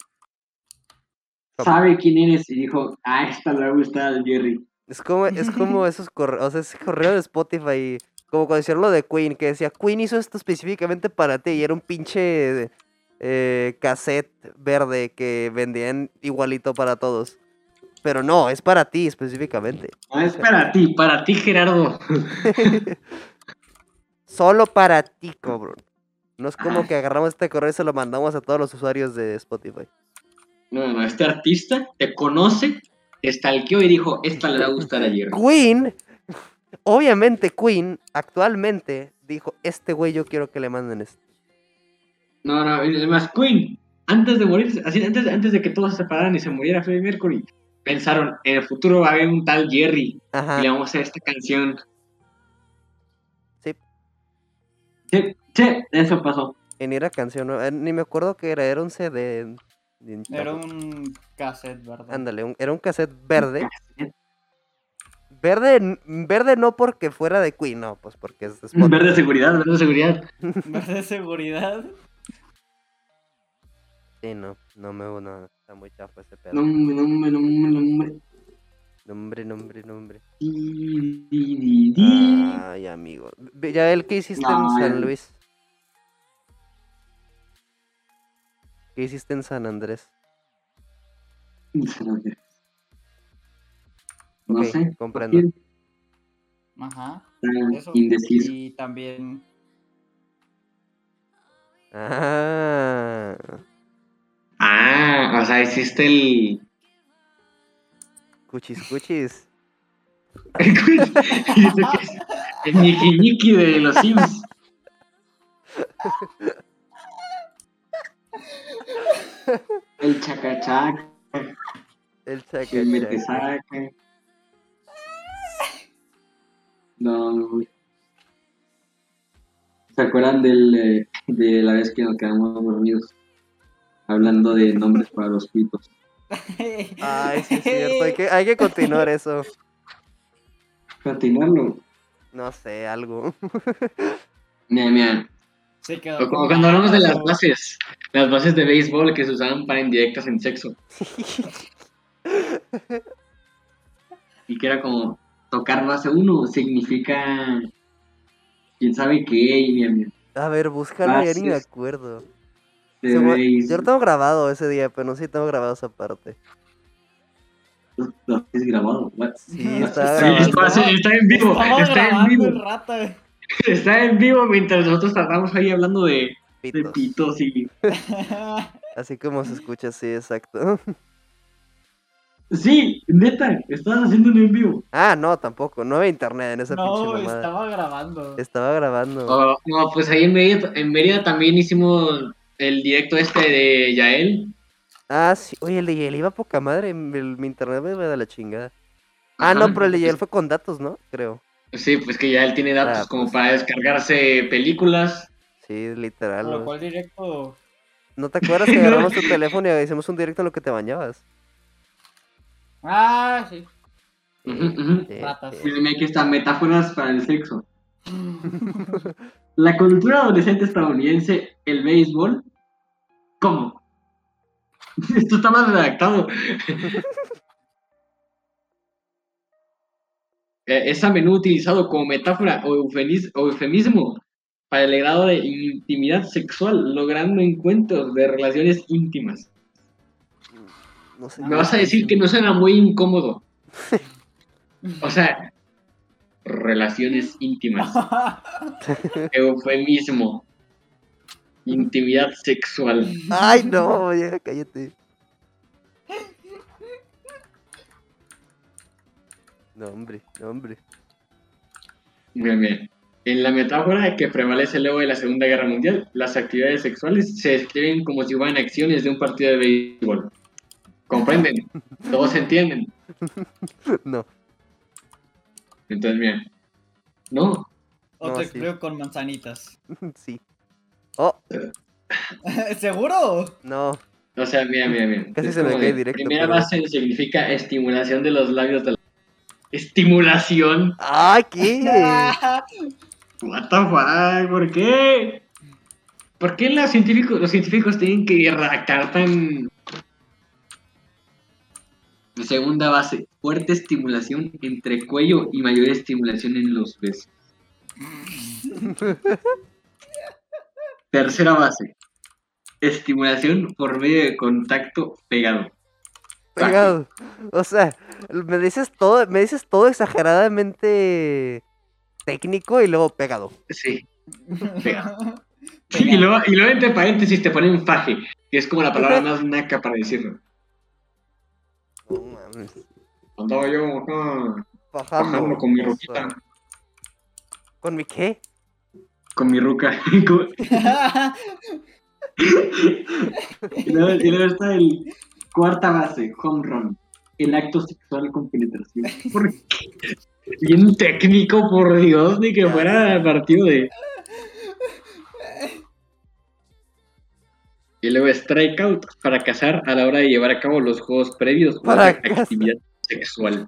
Sabe quién eres y dijo, ah, esta le gusta al Jerry.
Es como, es como esos correos, o sea, ese correo de Spotify, como cuando hicieron lo de Queen, que decía, Queen hizo esto específicamente para ti, y era un pinche eh, cassette verde que vendían igualito para todos. Pero no, es para ti específicamente.
No, es para ti, para ti, Gerardo.
Solo para ti, cabrón. No es como que agarramos este correo y se lo mandamos a todos los usuarios de Spotify.
No, no, este artista te conoce, te stalkeó y dijo, esta le va a gustar a Jerry.
Queen, obviamente Queen, actualmente dijo, este güey yo quiero que le manden esto.
No, no, además, Queen, antes de morir, así, antes, antes de que todos se separaran y se muriera Freddie Mercury, pensaron, en el futuro va a haber un tal Jerry
Ajá.
y le vamos a hacer esta canción.
Sí.
Sí, sí, eso pasó.
En era canción, nueva, eh, ni me acuerdo que era, era un CD. de-
Era un cassette, ¿verdad?
Ándale, un- era un cassette verde. Verde, n- verde no porque fuera de Queen, no, pues porque es de Spotify.
Mm, Verde seguridad, verde seguridad.
[LAUGHS] ¿Verdad? Seguridad.
Sí, no, no me no, está muy chafa ese pedo.
No, hombre, no, hombre, no, hombre, no, hombre.
Nombre, nombre, nombre.
Di, di, di, di.
Ay, amigo. Ve- Ya el que hiciste
No,
en
ya-
San Luis. ¿Qué hiciste en San Andrés?
No
Ok,
sé.
comprendo.
Ajá.
Está
Eso.
indeciso.
Y también [LAUGHS]
Ah,
Ah, o sea, hiciste el. [LAUGHS]
cuchis, cuchis.
el ñiqui ñiqui de los Sims. El chacachaca,
El
el
chacachaca.
metesaca. No, güey. ¿Se acuerdan del, eh, de la vez que nos quedamos dormidos? Hablando de nombres para los pitos.
Ay, sí es cierto. Hay que, hay que continuar eso.
Continuarlo.
No sé, algo. [LAUGHS]
Mira, mira.
se quedó.
O como
con
cuando hablamos de las
ganas,
bases, las bases de béisbol que se usaban para indirectas en sexo. Y que era como tocar base uno significa quién sabe qué, y mira, mira.
A ver, buscarlo, ya ni me
Gracias.
acuerdo.
de
Se me- Yo
béisbol.
lo tengo grabado ese día, pero no sé si tengo grabado esa parte.
Lo- lo tienes grabado. what? [LAUGHS]
Sí,
No,
estaba
Sí,
grabado.
está, sí, está en vivo, está
Estaba
en
grabando el
vivo,
rato. [LAUGHS]
está en vivo mientras nosotros estábamos ahí hablando de, de
Pitos.
pitos y...
Así como se escucha, sí, exacto. [LAUGHS]
Sí, neta, estabas haciendo un en vivo.
Ah, no, tampoco. No había internet en esa pinche
No,
mamada.
estaba grabando.
Estaba grabando.
Oh, no, pues ahí en Mérida, en Mérida también hicimos el directo este de Yael.
Ah, sí. Oye, el de Yale iba poca madre. el- mi internet me iba de la chingada. Ah, no,
Ajá.
pero el de Yale fue con datos, ¿no? Creo.
Sí, pues que ya él tiene datos
Ah,
como
pues.
para descargarse películas.
Sí, literal.
Ah, Lo
güey.
cual directo.
¿No te acuerdas
[LAUGHS]
que agarramos tu teléfono y hicimos un directo en lo que te bañabas?
Ah, sí.
Ujú, ujú.
Eh,
Ratas.
eh,
Miren, aquí están metáforas para el sexo. La cultura adolescente estadounidense, el béisbol. ¿Cómo? [LAUGHS] Esto está mal redactado. [LAUGHS] Eh, es a menudo utilizado como metáfora o, eufemis- o eufemismo para el grado de intimidad sexual, logrando encuentros de relaciones íntimas.
no sé.
Me vas a decir que no suena muy incómodo.
[LAUGHS]
O sea, relaciones íntimas. Eufemismo. Intimidad sexual.
Ay, no, ya, cállate. No, hombre, no, hombre. [LAUGHS]
Bien, bien. En la metáfora que prevalece luego de la Segunda Guerra Mundial, las actividades sexuales se describen como si fueran acciones de un partido de béisbol.
[LAUGHS]
¿Comprenden? Todos entienden.
No.
Entonces, bien. No.
O
No,
te
sí.
creo con manzanitas. [LAUGHS]
Sí. Oh,
¿Seguro?
no.
O sea, mira, mira, mira.
Casi
Es
se me
como
cae
de,
directo,
Primera
pero-
base significa estimulación de los labios de la... ¿Estimulación?
¡Ay, [LAUGHS] qué!
[LAUGHS]
What the fuck, ¿por qué? ¿Por qué los científicos, los científicos tienen que redactar tan... Segunda base, fuerte estimulación entre cuello y mayor estimulación en los besos. Tercera base, estimulación por medio de contacto pegado.
Pegado. O sea, me dices todo, me dices todo exageradamente técnico y luego pegado.
Sí, pegado. Sí, y luego, y luego entre paréntesis te ponen faje, que es como la palabra más naca para decirlo.
No mames.
Andaba yo ajá,
Bajando.
bajando con mi
o sea,
roquita,
¿Con mi qué?
con mi ruca. [LAUGHS] con- y, luego, y luego está el cuarta base, home run, el acto sexual con penetración. ¿Por qué? Bien técnico, por Dios, ni que fuera partido de... Y luego strikeout para cazar a la hora de llevar a cabo los juegos previos o
Para
de
cazar.
actividad sexual.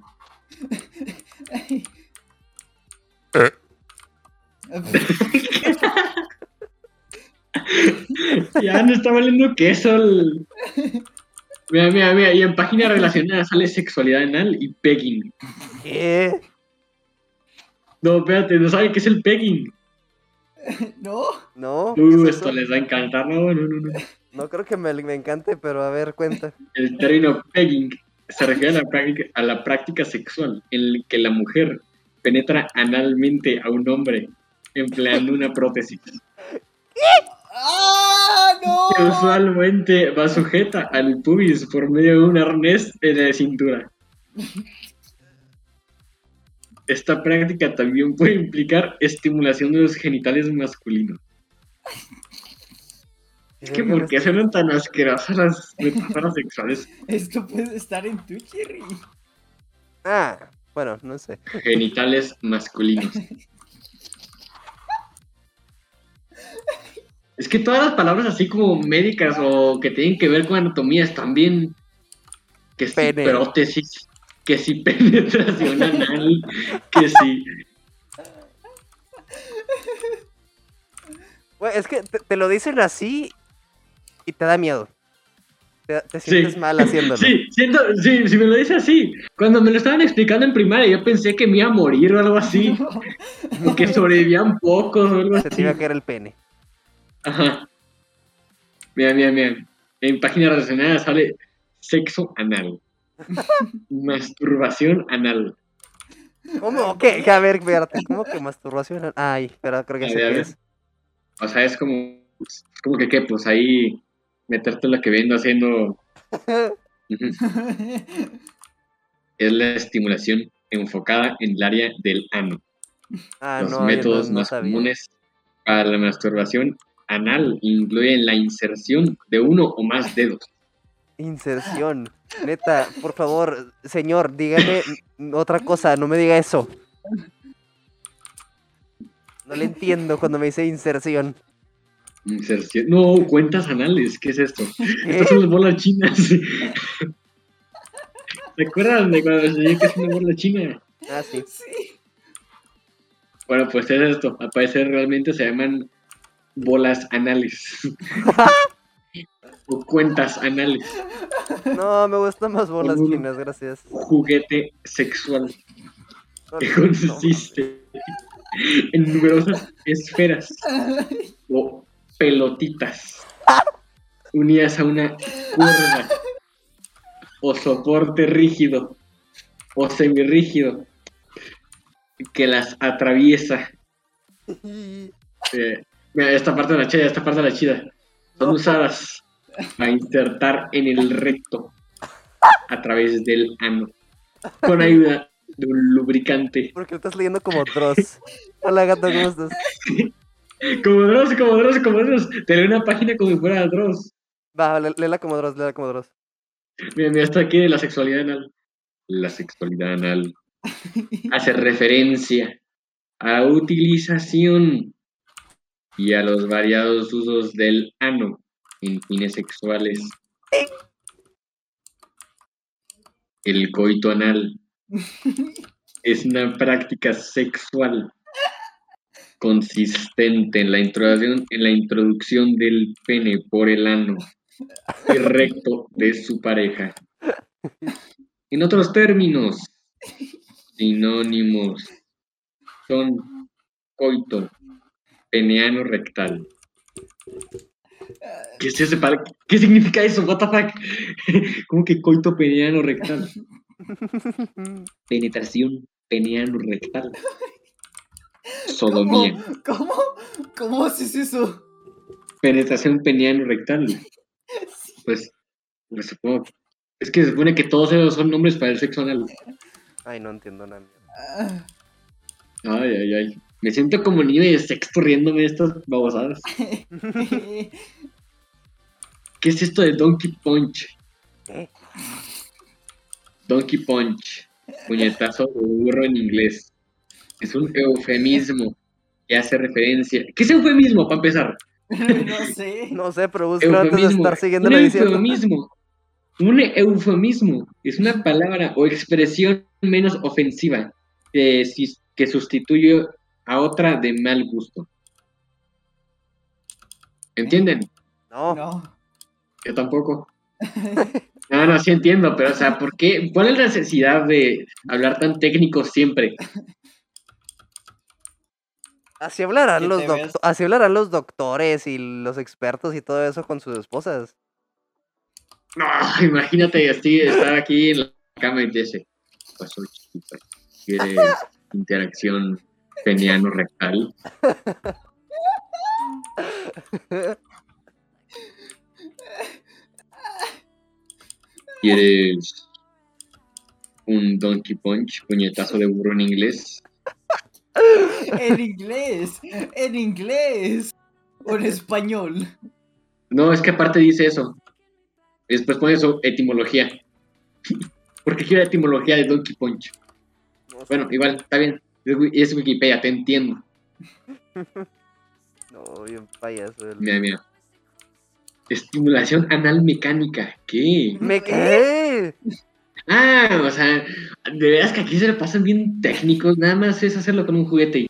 Ya no está valiendo queso el... Mira, mira, mira, y en páginas relacionadas sale sexualidad anal y pegging.
¿Qué?
No, espérate, no sabe qué es el pegging.
[LAUGHS] ¿No?
No. ¿qué
Uh,
es
esto
eso?
les va a encantar, no, no, no, no.
No creo que me, me encante, pero a ver, cuenta.
El término pegging se refiere a la, práctica, a la práctica sexual en la que la mujer penetra analmente a un hombre empleando una prótesis
¡Ah!
que
¡No!
usualmente va sujeta al pubis por medio de un arnés en la cintura. Esta práctica también puede implicar estimulación de los genitales masculinos. Es que ¿por qué suenan tan asquerosas las metáforas sexuales?
Esto puede estar en Twitch, Jerry.
Ah, bueno, no sé.
Genitales masculinos. Es que todas las palabras así como médicas o que tienen que ver con anatomías también. Que si
Pene.
prótesis, que si [LAUGHS] penetración anal, que si...
Güey, es que te, te lo dicen así y te da miedo. Te, te sientes mal haciéndolo.
Sí, siento, sí, si me lo dice así. Cuando me lo estaban explicando en primaria, yo pensé que me iba a morir o algo
[LAUGHS]
así. O que sobrevivían pocos o algo
Se te
así.
iba a caer el pene.
Ajá. Mira, mira, mira. En páginas relacionadas sale sexo
[LAUGHS]
anal. Masturbación anal.
¿Cómo? ¿Qué? A ver, espérate. ¿Cómo que masturbación? Ay, espera, creo que
A
sé
ver, a
qué
ver.
es.
O sea, es como, es como que, ¿qué? Pues ahí meterte lo que viendo haciendo Ujú. es la estimulación enfocada en el área del ano.
Ah,
Los
no, yo no-
métodos
no,
más
sabía.
comunes para la masturbación anal incluyen la inserción de uno o más dedos
Inserción. Neta, por favor, señor, dígame n- otra cosa, no me diga eso. No le entiendo cuando me dice inserción.
Inserción. No, cuentas anales, ¿qué es esto?
¿Qué?
Estas son las bolas chinas. [LAUGHS] ¿Te acuerdas de cuando enseñé que es una bola china?
Ah, sí.
Sí.
Bueno, pues es esto. Al parecer realmente se llaman bolas anales. o cuentas anales.
No, me gustan más bolas
Seguro.
chinas,
[LAUGHS]
gracias.
Juguete sexual
No,
que
no, no,
consiste este, en numerosas esferas o pelotitas unidas a una cuerda o soporte rígido o semirrígido que las atraviesa.
mames.
Eh, mira, esta parte de la chida, esta parte de la chida. Son
No.
usadas para insertar en el recto a través del ano con ayuda de un lubricante.
Porque lo estás leyendo como Dross. Hola, gato, ¿cómo estás?
Como Dross, como Dross, como Dross. Te leo una página como si fuera Dross.
Va, le- léela como Dross, léela como Dross.
Mira, mira, está aquí de la sexualidad anal. La sexualidad anal hace referencia a la utilización y a los variados usos del ano en fines sexuales. El coito anal es una práctica sexual consistente en la introducción, en la introducción del pene por el ano y recto de su pareja. En otros términos, sinónimos son coito, peneano rectal. ¿Qué, es ese par- ¿Qué significa eso? What the fuck? [LAUGHS] ¿Cómo que coito peneano rectal? Penetración peneano rectal.
¿Cómo?
Sodomía.
¿Cómo? ¿Cómo haces eso? [LAUGHS]
[LAUGHS]
penetración peniano rectal. [LAUGHS] Pues, pues supongo. Es que se supone que todos esos son nombres para el sexo anal.
Ay, no entiendo nada.
Ah,
Ay, ay, ay. Me siento como niño de sexto riéndome de estas babosadas. ¿Qué es esto de Donkey Punch?
¿Qué?
Donkey Punch. Puñetazo de burro en inglés. Es un eufemismo que hace referencia. ¿Qué es eufemismo, para empezar?
no sé.
No sé, pero busca antes de
eufemismo.
estar siguiendo
un
la diciendo.
eufemismo. Un eufemismo es una palabra o expresión menos ofensiva que, sis- que sustituye a otra de mal gusto. ¿Entienden?
No,
No. [LAUGHS]
Yo tampoco. No, no, sí entiendo, pero o sea, ¿por qué? ¿Cuál es la necesidad de hablar tan técnico siempre?
así hablarán
Que
los
te
doc-
ves.
así hablarán los doctores y los expertos y todo eso con sus esposas.
No, [LAUGHS] imagínate así, estar aquí en la cama y te dice, "¿Qué pasó chiquita? ¿Quieres interacción peniano rectal? ¿Quieres un donkey punch, puñetazo de burro en inglés?
En inglés. En inglés. O en español.
No, es que aparte dice eso. Después pone su etimología. [LAUGHS] Porque quiero la etimología de Donkey Punch.
No sé,
Bueno, igual, está bien. Es wi- Es Wikipedia, te entiendo.
No, bien payaso. el-
Mira, mira. Estimulación anal mecánica. ¿Qué?
¿Me qué?
Ah, o sea, de veras que aquí se le pasan bien técnicos. Nada más es hacerlo con un juguete.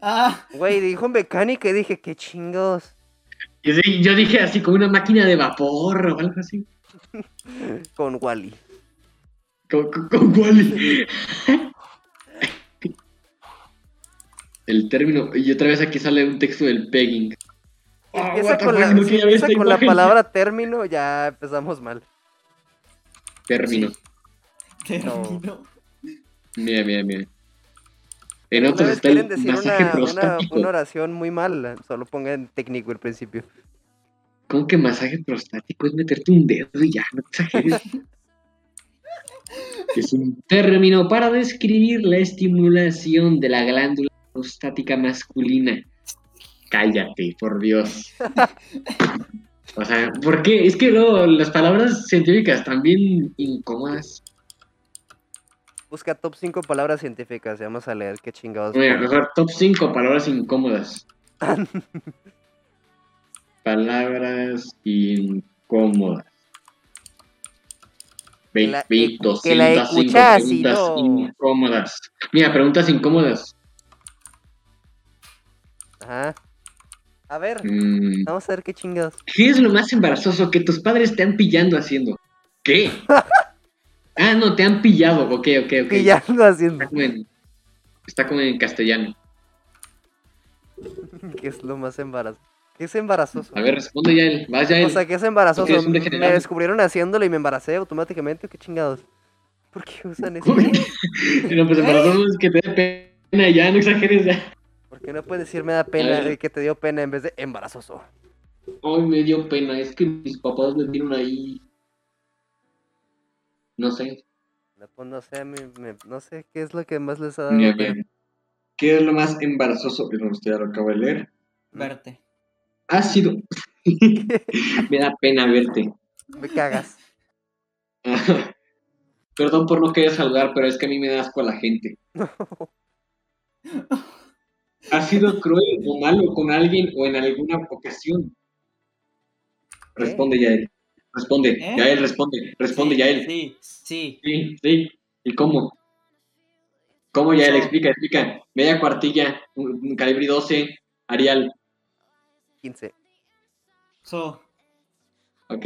Ah,
Güey, dijo mecánica y dije, qué chingos.
Y sí, Yo dije así, como una máquina de vapor o algo así.
Con Wally.
Con, con- con Wally. El término. Y otra vez aquí sale un texto del pegging. Ah,
Empieza
what the
con la,
fuck, no
si
quería ver
empieza
esta
con la
imagen.
palabra término, ya empezamos mal.
Término.
terminó.
Mira, mira, mira. En
Una
otros
vez
está
quieren
el
decir
masaje
una, una,
prostático.
una oración muy mal, solo pongan técnico al principio.
¿Cómo que masaje prostático es meterte un dedo y ya? No
[LAUGHS]
exageres. es un término para describir la estimulación de la glándula
[LAUGHS]
prostática masculina. Cállate, por Dios. O sea, ¿por qué? Es que luego las palabras científicas también incómodas.
Busca top 5 palabras científicas. y Vamos a leer qué chingados.
Mira, mejor top 5 palabras incómodas. palabras incómodas. Ve-
Que la-
ve-
que la
205
escuchas y
preguntas
no.
incómodas. Mira, preguntas incómodas.
Ajá. A ver,
Mm,
vamos a ver qué chingados.
¿Qué es lo más embarazoso que tus padres te han pillando haciendo?
[LAUGHS]
¿Qué? ah, no, te han pillado. Ok, ok, ok.
Que ya ando haciendo. [LAUGHS]
Está como en, está como en castellano.
¿Qué es lo más embarazoso? ¿Qué es embarazoso?
A ver, responde ya él. Vas ya él.
O sea, ¿qué es
Ok,
embarazoso?
es un
Me
degenerado.
descubrieron haciéndolo y me embaracé automáticamente. ¿Qué chingados? ¿Por qué usan eso?
¿Cómo? no, pues embarazoso es que te dé pena. Ya, no exageres. Ya.
¿Por qué no puedes decir me da pena
A ver.
eh, que te dio pena en vez de embarazoso?
Hoy me dio pena. Es que mis papás me dieron ahí. No sé.
No, pues, no sé, me- me- no sé qué es lo que más les ha dado.
Mira,
pena.
mira. Ah, ¿Qué es lo más embarazoso? Perdón, usted ya lo acabo de leer.
Verte.
Ha [LAUGHS] sido. me da pena verte.
Me cagas.
[LAUGHS] Perdón por no querer saludar, pero es que a mí me da asco a la
[LAUGHS]
gente. ¿Has sido cruel o malo con alguien o en alguna ocasión? Responde Yael. Responde,
¿Eh?
Yael, responde, responde
Sí,
Yael.
Sí, sí.
Sí, sí. ¿Y cómo? ¿Cómo Yael? Explica, explica. Media cuartilla, un, un calibre 12, Arial.
15.
[LAUGHS]
So,
Ok.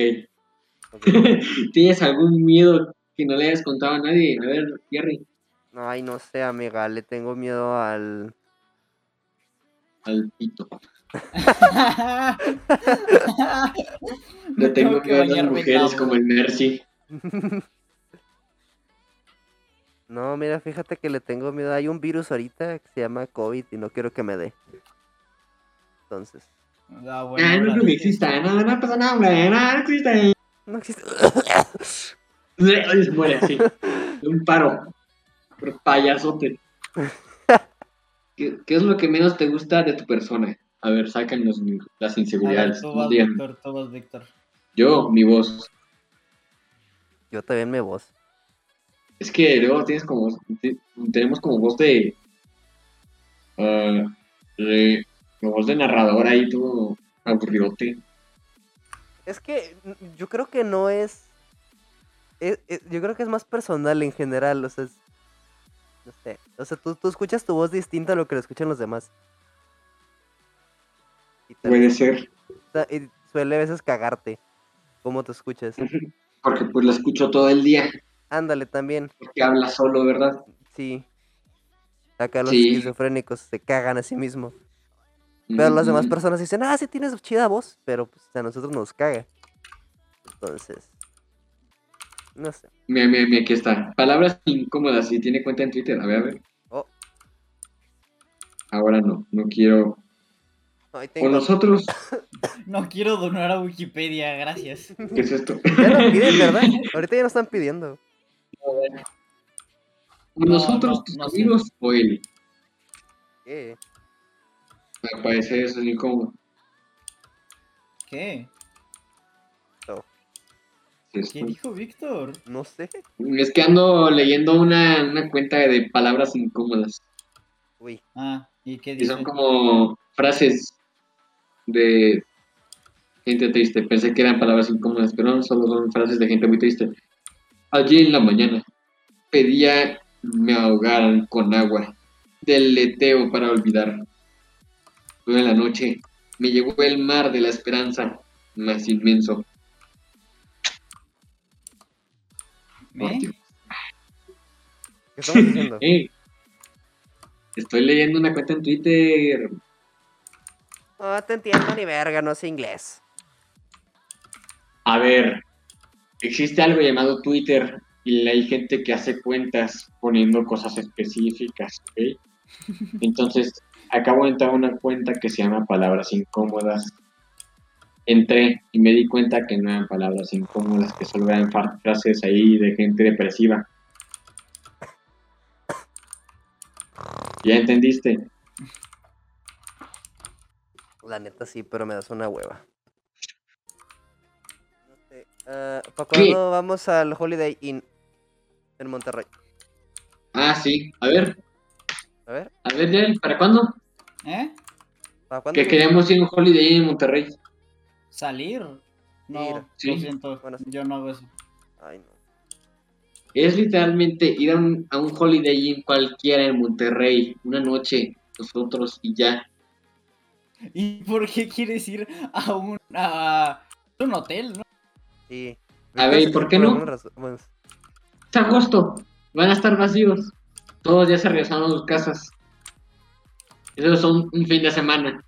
Ok.
[LAUGHS] ¿Tienes algún miedo que no le hayas contado a nadie? A ver, Jerry,
Ay, no sé, amiga. Le tengo miedo al.
al pito.
[LAUGHS] Me
No tengo que ver las
bañarme en
mujeres
agua.
como el Mercy.
No, mira, fíjate que le tengo miedo. Hay un virus ahorita que se llama COVID y no quiero que me dé. Entonces.
Ah, bueno,
Ah, no
la
creo que
neta.
exista, no, no pasa nada, hombre, Ah, no, no existe.
No existe. [COUGHS]
Se muere
[LAUGHS]
así, de un paro, por payasote. ¿Qué, qué es lo que menos te gusta de tu persona? A ver, sacan los- las
A ver,
inseguridades.
tú vas,
digan.
Víctor, tú vas, Víctor.
Yo, mi voz.
Yo también me voz.
Es que luego tienes como, voz- te- tenemos como voz de, ah, de- como voz de narrador ahí, todo aburridote.
Es que mm, yo creo que no es... es- es- yo creo que es más personal en general, o sea, es- no sé. O sea, tú, tú escuchas tu voz distinta a lo que lo escuchan los demás. Y, tal
Puede
vez
ser,
ta- y suele a veces cagarte cómo te escuchas.
porque pues lo escucho todo el día,
Ándale también,
porque habla solo, ¿verdad?
sí. Acá los
Sí.
esquizofrénicos se cagan a sí mismos. Pero las demás
Mm.
personas dicen, ah, sí tienes chida voz, pero pues a nosotros nos caga. Entonces, no sé.
Mira, mira, mira, aquí está. Palabras incómodas, y tiene cuenta en Twitter. A ver, a ver.
Oh.
Ahora no, no quiero.
Ahí tengo-
O nosotros,
No quiero donar a Wikipedia, gracias.
¿qué es esto?
Ya no
[LAUGHS]
piden, ¿verdad? Ahorita ya no están pidiendo.
O
No,
nosotros,
no,
tus
no sé.
amigos, o él.
¿Qué?
Me parece eso es incómodo.
¿Qué?
Es,
¿Qué dijo Víctor?
No sé.
es que ando leyendo una, una cuenta de palabras incómodas.
Uy,
Ah, ¿y qué
Y
dice?
son como frases de gente triste. Pensé que eran palabras incómodas, pero no, solo son frases de gente muy triste. Allí en la mañana pedía me ahogaran con agua del leteo para olvidar. Luego en la noche me llegó el mar de la esperanza más inmenso.
¿Eh?
¿qué estamos diciendo?
[LAUGHS] Eh, Estoy leyendo una cuenta en Twitter.
No te entiendo ni verga, no sé inglés.
A ver, existe algo llamado Twitter y hay gente que hace cuentas poniendo cosas específicas, ¿ok? Entonces, acabo de entrar a una cuenta que se llama Palabras Incómodas. Entré y me di cuenta que no eran palabras incómodas, que solo eran fa- frases ahí de gente depresiva. ¿Ya entendiste?
La neta sí, pero me das una hueva. Eh, ¿Para
¿Qué?
cuándo vamos al Holiday Inn en Monterrey?
Ah, sí. A ver,
A ver,
a ver, Yael, ¿para cuándo?
¿Eh?
¿para cuándo?
Que queremos ir a un holiday Inn en Monterrey.
¿Salir? No,
Ir.
Sí.
lo siento.
Bueno, sí.
Yo no hago eso.
Ay, no.
Es literalmente ir a un, a un holiday Inn cualquiera en Monterrey, una noche, nosotros y ya.
¿Y por qué quieres ir a un, a un hotel? ¿no?
Sí.
A ver, ¿y por qué no?
alguna razón- bueno,
Es agosto, van a estar vacíos. Todos ya se regresaron a sus casas. Eso son un fin de semana.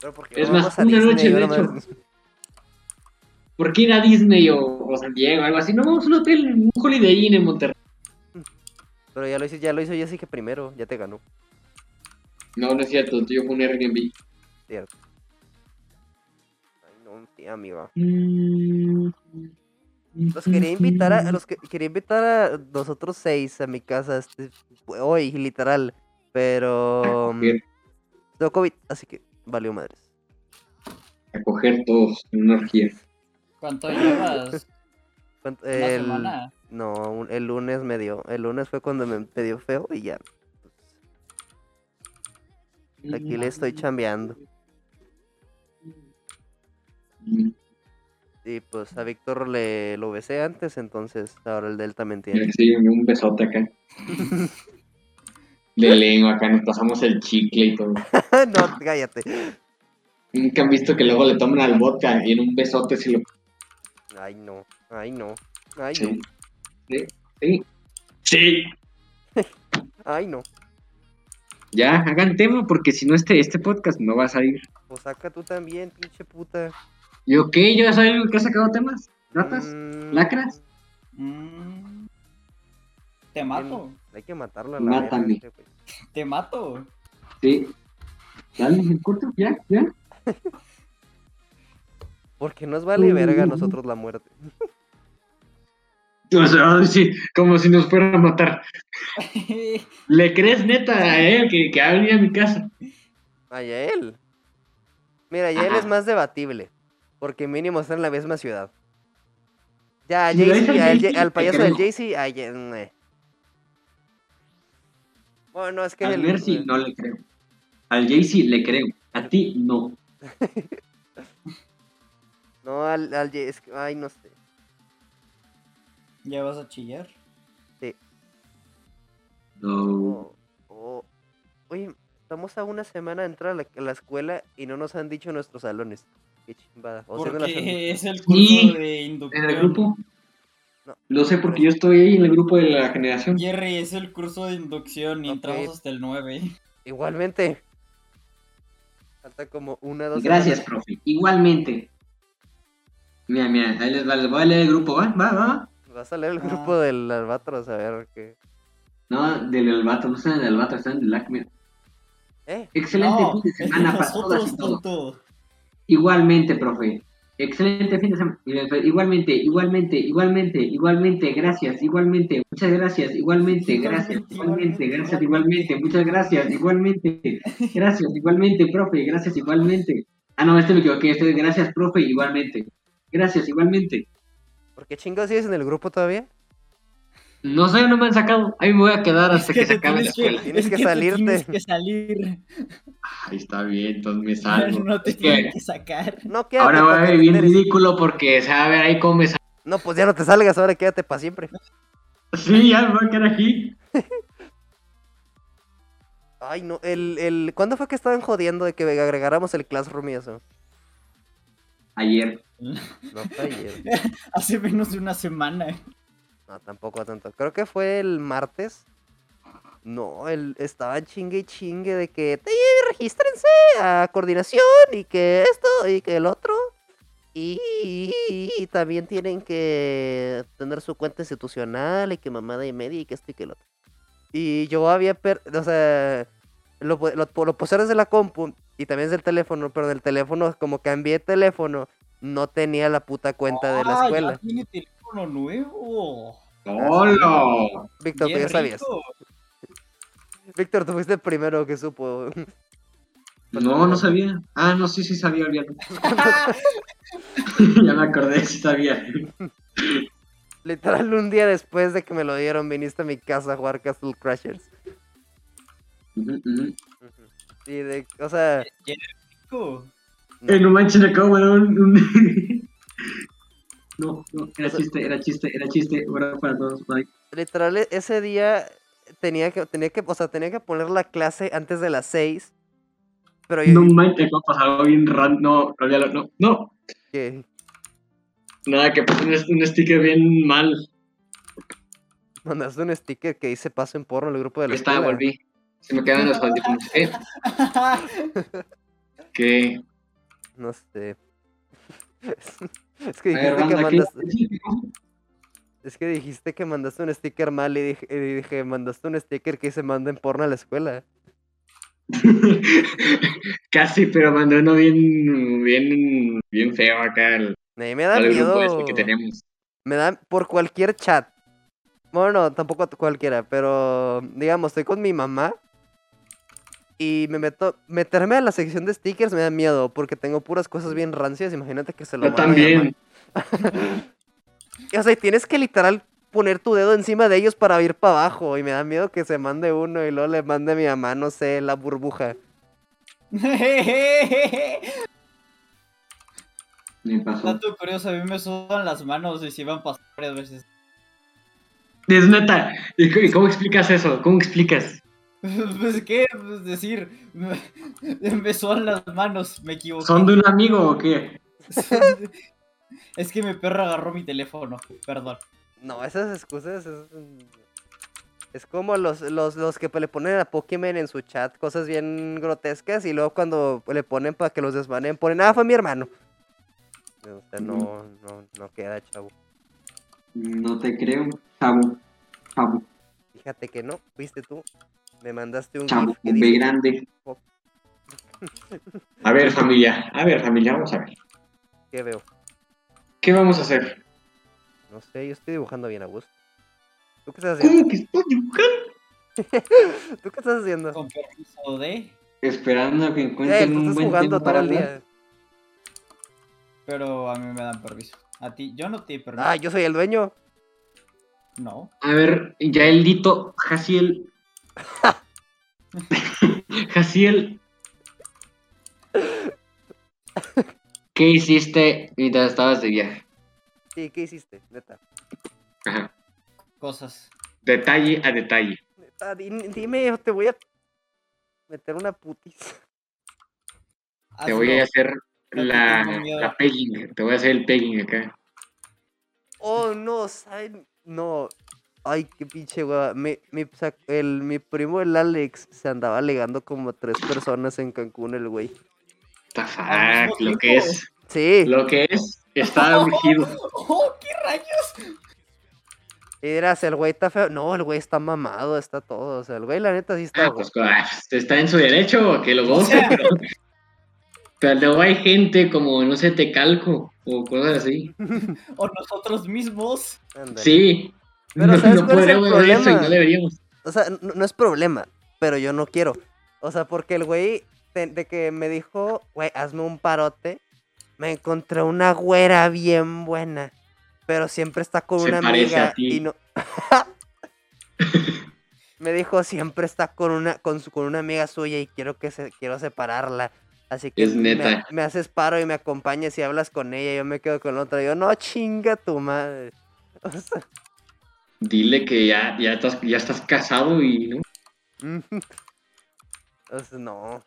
pero porque
Es
no
más,
vamos a
una
Disney,
noche, de
yo no me-
¿Por qué ir a Disney o, o San Diego, algo así? No, vamos a un hotel, un holiday Inn en Monterrey.
Pero ya lo hizo, ya lo hizo Jessica primero, ya te ganó.
No, no es cierto, el tuyo fue un Airbnb.
Ay, no, sí, amigo.
Los
Los quería invitar a los que, quería invitar a nosotros seis a mi casa este, hoy, literal.
Ah,
Pero mm, tengo COVID, así que valió madres.
A coger todos en una orgía.
¿Cuánto
[LAUGHS]
llevas?
¿Cuánto-
¿Una
el-
semana?
no, un- el lunes me dio. El lunes fue cuando me, me dio feo y ya.
Mm,
Aquí
ah,
le estoy chambeando. Y pues a Víctor le lo besé antes, entonces ahora el Delta me entiende.
Sí, un besote acá. De lengua acá, nos pasamos el chicle y todo.
[LAUGHS] no, cállate.
Nunca han visto que luego le toman al vodka y en un besote se lo...
Ay, no. Ay, no. Ay, no.
Sí. Sí. Sí. Sí.
Ay, no.
Ya, hagan tema porque si no este, este podcast no va a salir.
Pues saca tú también, pinche puta.
¿Yo qué? ¿Yo soy el que ha sacado temas? ¿Ratas?
Mm,
¿Lacras?
Mm. Te mato,
Hay que matarlo a la
Mátame.
verga, este güey.
te mato. [LAUGHS]
Sí. Dale, en corto, ya, ya. [LAUGHS]
Porque nos
Mm.
vale verga a nosotros la muerte.
O sea, sí, como si nos fueran a matar. ¿Le crees neta a él que, que ha venido a mi casa?
A Yael. Mira, Yael
Ajá.
es más debatible. Porque mínimo está en la misma ciudad. Ya, a
Si lo
Jay-Z,
dice el
al,
Jay-Z,
Jay- al
te
payaso del
creo.
Jay-Z, a Yael, meh. Bueno, es que
Al
el-
Mercy no le creo. Al Jaycee le creo. A ti no.
No, al, al Jay- es que- ay, no sé.
¿Ya vas a chillar?
No.
Oh, oh. Oye, estamos a una semana de entrar a la, a la escuela y no nos han dicho nuestros salones. Qué chimbada. O sea, no las han dicho.
Porque es el curso
Sí,
de inducción.
¿En el grupo?
No.
Lo sé porque yo estoy ahí en el grupo de la generación.
Jerry, es el curso de inducción y
Ok.
entramos hasta el 9.
Igualmente. Falta como una, dos.
Gracias,
semanas.
profe. Igualmente. Mira, mira, ahí les va, les voy a leer el grupo, ¿va? ¿Va, va, va?
Vas a leer el
Ah.
grupo del albatros a ver qué.
No, del Albato, no están en el Albato, están en el LAC, mira.
Eh,
Excelente
No,
fin de
es de [LAUGHS]
semana para todas
nosotros,
y todos.
tonto.
Igualmente, profe. Excelente Este fin de semana. Igualmente, igualmente, igualmente, igualmente, gracias, igualmente, muchas gracias, igualmente, gracias,
Igualmente,
igualmente,
igualmente,
gracias, igualmente, muchas gracias, igualmente, gracias, igualmente, profe, gracias, igualmente. Ah, no, este me equivoqué, este es gracias, profe, igualmente. Gracias, igualmente.
¿por qué chingados sigues en el grupo todavía?
No sé, no me han sacado. Ahí me voy a quedar hasta
Es
que se
te
acabe la
tienes
escuela.
Tienes
es
que
te
salirte.
Tienes que salir.
Ahí está bien, entonces me
[LAUGHS] No
Ah,
te
Es que
tienes que sacar.
No, quédate.
ahora voy
pa'
a
que
ver
te
bien
enteres.
ridículo porque se va a ver ahí cómo me salgo.
No, pues ya no te salgas, ahora quédate para siempre.
Sí, [LAUGHS] ya me voy a quedar aquí.
Ay, no, el, el... ¿Cuándo fue que estaban jodiendo de que agregáramos el Classroom y eso?
Ayer.
No, fue ayer.
Hace menos de una semana.
No, tampoco tanto. Creo que fue el martes. No, el, estaban chingue y chingue de que "Sí, regístrense a coordinación y que esto y que el otro. Y, y también tienen que tener su cuenta institucional y que mamada y media y que esto y que el otro. Y yo había, per- o sea, lo, pu- lo, pu- lo puse desde la compu y también desde el teléfono, pero del teléfono, como cambié de teléfono, no tenía la puta cuenta de la
Ah,
escuela.
Ya tiene teléfono nuevo.
¡Hola!
Víctor, tú
Qué
ya sabías.
rico.
Víctor, tú fuiste el primero que supo. [LAUGHS]
No, no sabía. Ah, no, sí, sí sabía, olvídalo. [LAUGHS] ya me acordé, sí sabía.
Literal, un día después de que me lo dieron, viniste a mi casa a jugar Castle Crashers.
Ujú, ujú.
Sí, de, o sea,
Cu.
Eh, no manches, le acabo de dar un... un- No, no, era chiste, era chiste, era chiste. Ahora para todos, bye.
literal, e- ese día tenía que, tenía que, o sea, tenía que poner la clase antes de las 6. Pero yo
No
dije
manches, me ha pasado bien random. No, olvídalo, no, no.
que,
Nada, que puse un, un sticker bien mal.
mandaste un sticker que dice paso en porno en el grupo de la
Ya está,
escuela.
volví. Se me quedaron los audífonos. Eh, ¿Qué?
No sé. [LAUGHS] es, que
A ver,
dijiste que
banda, ¿qué?
mandaste, es que dijiste que mandaste un sticker mal y dije, y dije, mandaste un sticker que dice manda en porno a la escuela.
Casi, pero mandé uno bien, bien, bien feo acá al,
Nadie me da
al
miedo.
grupo este que tenemos.
Me da por cualquier chat. Bueno, no, tampoco cualquiera, pero digamos, estoy con mi mamá y me meto meterme a la sección de stickers me da miedo porque tengo puras cosas bien rancias, imagínate que se lo
Yo
mando a mi mamá.
también.
[LAUGHS] O sea, y tienes que literal poner tu dedo encima de ellos para ir para abajo y me da miedo que se mande uno y luego le mande a mi mamá, no sé, la burbuja.
Me pasó.
[LAUGHS] Tanto curioso, a mí me sudan las manos y se van pasar varias veces. [LAUGHS]
Es neta. ¿Y c- y cómo explicas eso? ¿Cómo explicas?
Pues qué, pues decir, [LAUGHS] me, me sudan las manos, me equivoqué.
¿Son de un amigo o qué?
[LAUGHS] Es que mi perro agarró mi teléfono, perdón.
No, esas excusas es, es como los, los, los que le ponen a Pokémon en su chat cosas bien grotescas y luego cuando le ponen para que los desmanen ponen, ah, fue mi hermano. O sea, no, no, no queda, chavo.
No te creo. Chavo. Chavo.
Fíjate que no, fuiste tú. Me mandaste un
Chavo.
gif que
Hombre
dice,
grande. A ver, familia. A ver, familia. Vamos a ver.
¿qué veo?
¿Qué vamos a hacer?
No sé, yo estoy dibujando bien a gusto. ¿Tú qué estás haciendo?
¿Cómo que estoy dibujando?
[LAUGHS] ¿Tú qué estás haciendo?
Con permiso de,
Esperando a que
Eh,
encuentren
tú
un
estás
buen
jugando
tema para
todo el
hablar.
día.
pero a mí me dan permiso. A ti, yo no te di permiso.
Ah, yo soy el dueño.
No.
A ver, Yaelito, Jaciel. [LAUGHS] Jaciel. ¿Qué hiciste mientras estabas de viaje?
Sí, ¿qué hiciste? Neta.
Ajá.
Cosas.
Detalle a detalle.
Neta, Ah, di- dime, o te voy a meter una putiza.
Te voy a
Hazlo.
hacer
No te
la,
tengo miedo.
la pegging. Te voy a hacer el pegging acá.
[LAUGHS] Oh, no, ¿saben? No. Ay, qué pinche hueva. Mi, mi, sa- el, mi primo, el Alex, se andaba legando como a tres personas en Cancún, el güey.
What the
Ah,
Al
pues,
fuck,
mismo
lo que
tiempo.
es.
Sí,
Lo que es. Estaba urgido.
[LAUGHS]
Pues,
¡Oh, qué rayos!
y dirás, el güey está feo. No, el güey está mamado, está todo. O sea, el güey, la neta, sí está
Ah,
guapo.
pues, ah, está en su derecho, que lo
O
goce, [LAUGHS]
sea.
pero. Pero luego hay gente como, no sé, te calco o cosas así.
O nosotros mismos.
Ándale.
Sí.
Pero ¿sabes cuál es el
podríamos hacer eso y
problema?
no deberíamos.
O sea, n- no, es problema, pero yo no quiero. O sea, porque el güey de, de que me dijo, güey, hazme un parote, me encontré una güera bien buena, pero siempre está con
Se
una
parece a
amiga
ti.
y no. [LAUGHS] me dijo, siempre está con una con, su- con una amiga suya y quiero que se quiero separarla. Así que
Es
me-
neta.
Me, haces paro y me acompañas y hablas con ella, yo me quedo con la otra. Yo, no, chinga tu madre. [LAUGHS] O sea,
Dile que ya, ya, estás, ya estás casado y no.
[LAUGHS] Entonces, no.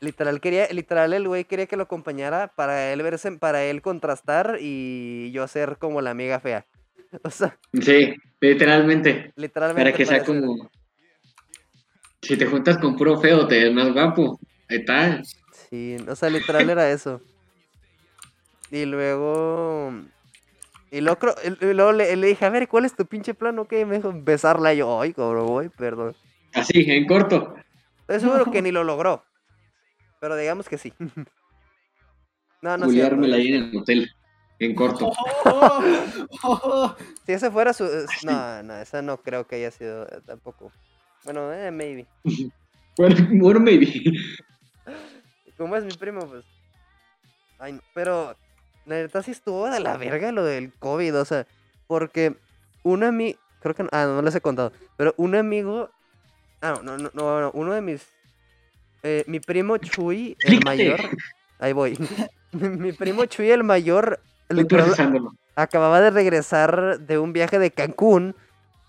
Literal quería, literal el güey quería que lo acompañara para él verse, para él contrastar y yo ser como la amiga fea. [LAUGHS] O sea,
Sí, literalmente.
literalmente.
Para que sea
parecer-
como. Si te juntas con puro feo, te ves más guapo. Ahí está.
Sí, o sea, literal era eso. Y luego. Y luego, creo- y luego le, le dije, a ver, ¿cuál es tu pinche plan? Ok, me dijo, besarla. Y yo, ay, cabrón, voy, perdón.
Así, en corto.
Estoy
[LAUGHS]
seguro que ni lo logró. Pero digamos que sí. [LAUGHS] No, no es cierto,
Culiármela ahí en el hotel. En corto.
Oh, oh.
Si ese fuera su... es- No, no, esa no creo que haya sido eh, tampoco. Bueno, eh, maybe. [LAUGHS]
Bueno, bueno, maybe.
Como es mi primo, pues... Ay, no, pero la neta sí estuvo de la verga lo del COVID, o sea, porque un amigo, creo que no, ah, no les he contado, pero un amigo, ah, no, no, no, no, uno de mis, eh, mi primo Chuy, el
Explícate.
mayor, ahí voy, [LAUGHS] mi primo Chuy, el mayor,
Estoy
literal-
procesándolo.
acababa de regresar de un viaje de Cancún